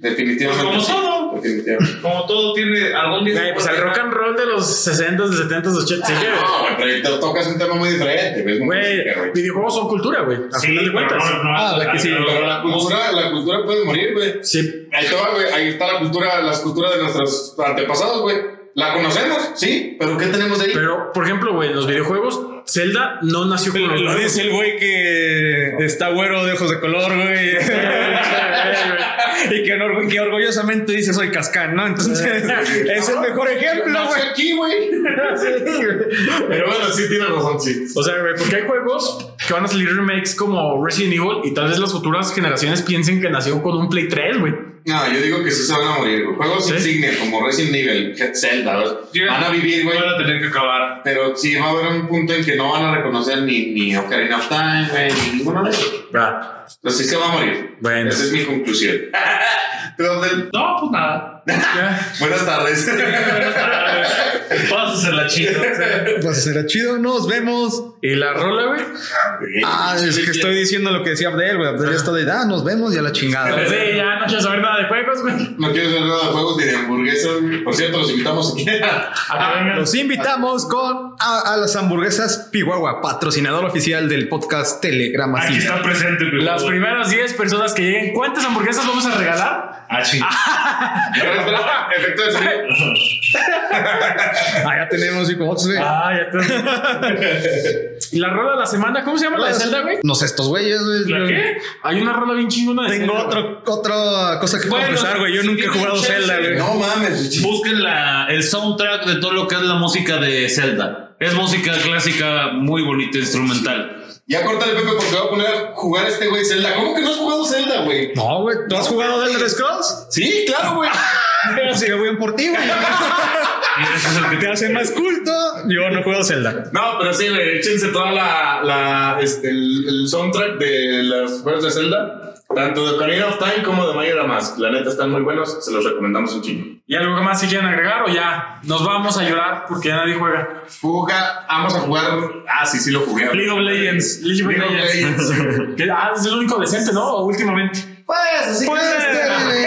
E: Pues
D: definitivamente.
E: como
D: sí,
E: todo,
D: Definitivamente.
E: como todo tiene algún día.
C: Ay, pues el rock and roll de los 60s, de 70s, 80s, sí,
D: No,
C: güey.
D: güey, pero te tocas un tema muy diferente, güey. es música,
C: Güey, videojuegos son cultura, güey. A
E: Sí,
C: final de
E: pero
C: cuentas.
E: no, no,
B: Ah, la que sí,
E: pero-
D: Pero la cultura, la cultura puede morir, güey.
C: Sí.
D: Ahí te va, güey. Ahí está la cultura, las culturas de nuestros antepasados, güey. La conocemos, sí, pero ¿qué tenemos ahí?
C: Pero, por ejemplo, güey, en los videojuegos, Zelda no nació con los
B: Lo
C: juegos.
B: dice el güey que está güero de ojos de color, güey. y que, orgu- que orgullosamente dice soy cascán, ¿no? Entonces, es el mejor ejemplo,
D: Nació
B: güey.
D: aquí, güey. Pero bueno, sí tiene razón, sí.
C: O sea, güey, porque hay juegos que van a salir remakes como Resident Evil y tal vez las futuras generaciones piensen que nació con un Play 3, güey.
D: No, yo digo que sí se van a morir, güey. Juegos
C: ¿Sí?
D: insignia como Resident Evil, Zelda, güey. Van a vivir, güey.
E: Van a tener que acabar.
D: Pero sí va a haber un punto en que no van a reconocer ni, ni Ocarina of Time, güey, ni ninguno de ellos.
C: Va.
D: Entonces sí se va a morir.
C: Bueno.
D: Esa es mi conclusión. Pero, del-
E: No, pues nada.
D: Buenas tardes.
E: Pásasela chido.
B: Pues será chido, nos vemos.
C: Y la rola, güey.
B: Ah, es que estoy diciendo lo que decía Abdel, güey. Abdel ya está de, ah, nos vemos y a la chingada.
C: Sí, ya no quiero saber nada de juegos, güey.
D: No quiero saber nada de juegos ni de hamburguesas. güey. Por cierto, los invitamos aquí.
C: A que vengan.
B: Los invitamos con a, a las hamburguesas Pihuahua, patrocinador oficial del podcast Telegrama.
E: Aquí
B: Sí.
E: está presente, mi
C: Las
E: favor.
C: primeras 10 personas que lleguen, ¿cuántas hamburguesas vamos a regalar?
E: Ah, ching.
D: Espera, espera, Efecto de sonido.
B: Ah, ya tenemos Xbox, güey.
C: Ah, ya te- Y la rola de la semana, ¿cómo se llama la de Zelda, güey?
B: No sé, estos güeyes, güey.
E: ¿La qué?
C: Hay una rola bien chingona de
B: Tengo
C: Zelda, güey.
B: otro, otra cosa que
E: Bueno,
B: confesar, güey. Yo
E: si
B: nunca he
E: tienen
B: jugado
E: chance,
B: Zelda, güey.
D: No mames, ch-
E: Busquen la, el soundtrack de todo lo que es la música de Zelda. Es música clásica muy bonita, instrumental.
D: Ya corta el Pepe porque va a poner a jugar este güey Zelda. ¿Cómo que no has jugado Zelda, güey?
B: No, güey. ¿Tú has jugado The Elder Scrolls?
D: Sí, claro, güey.
B: Sí, yo voy por ti, güey.
E: Y ese es el que
B: Te hace más culto. Yo no juego Zelda.
D: No, pero sí, güey, échense toda la, la este, el, el soundtrack de las juegos de Zelda, tanto de Ocarina of Time como de Mario Mask. La neta están muy buenos, se los recomendamos un chingo.
C: ¿Y algo más si quieren agregar o ya? Nos vamos a llorar porque ya nadie juega.
D: Fuga, vamos a jugar. Ah, sí, sí lo jugué.
E: League of Legends.
C: League of
D: League of
C: Legends.
D: Legends.
C: Que- ah, es el único decente, ¿no? Últimamente.
D: Pues, así
B: Pues,
D: que-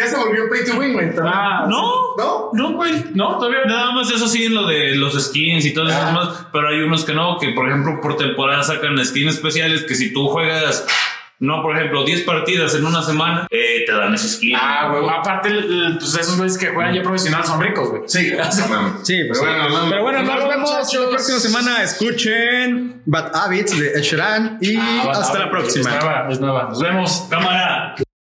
D: ya se volvió pay to win, güey.
C: Ah,
E: No,
D: ¿No?
E: no, güey.
C: no, todavía no.
E: Nada más eso sí, lo de los skins y todo eso
D: Ah.
E: más. Pero hay unos que no, que por ejemplo por temporada sacan skins especiales que si tú juegas, no, por ejemplo, 10 partidas en una semana, eh, te dan ese skin.
C: Ah, güey. Aparte, el- el- pues esos güeyes que juegan ya profesional son ricos, güey. Ah,
D: Sí,
B: Sí, pues.
D: Pero bueno, no,
B: Pero bueno, nos
D: no,
B: vemos la próxima semana. Escuchen Bad Habits de Ed Sheeran y
C: Ah, va,
B: hasta
C: va,
B: la
C: güey. Es
B: próxima.
C: nueva, es nueva. Nos vemos.
E: Cámara.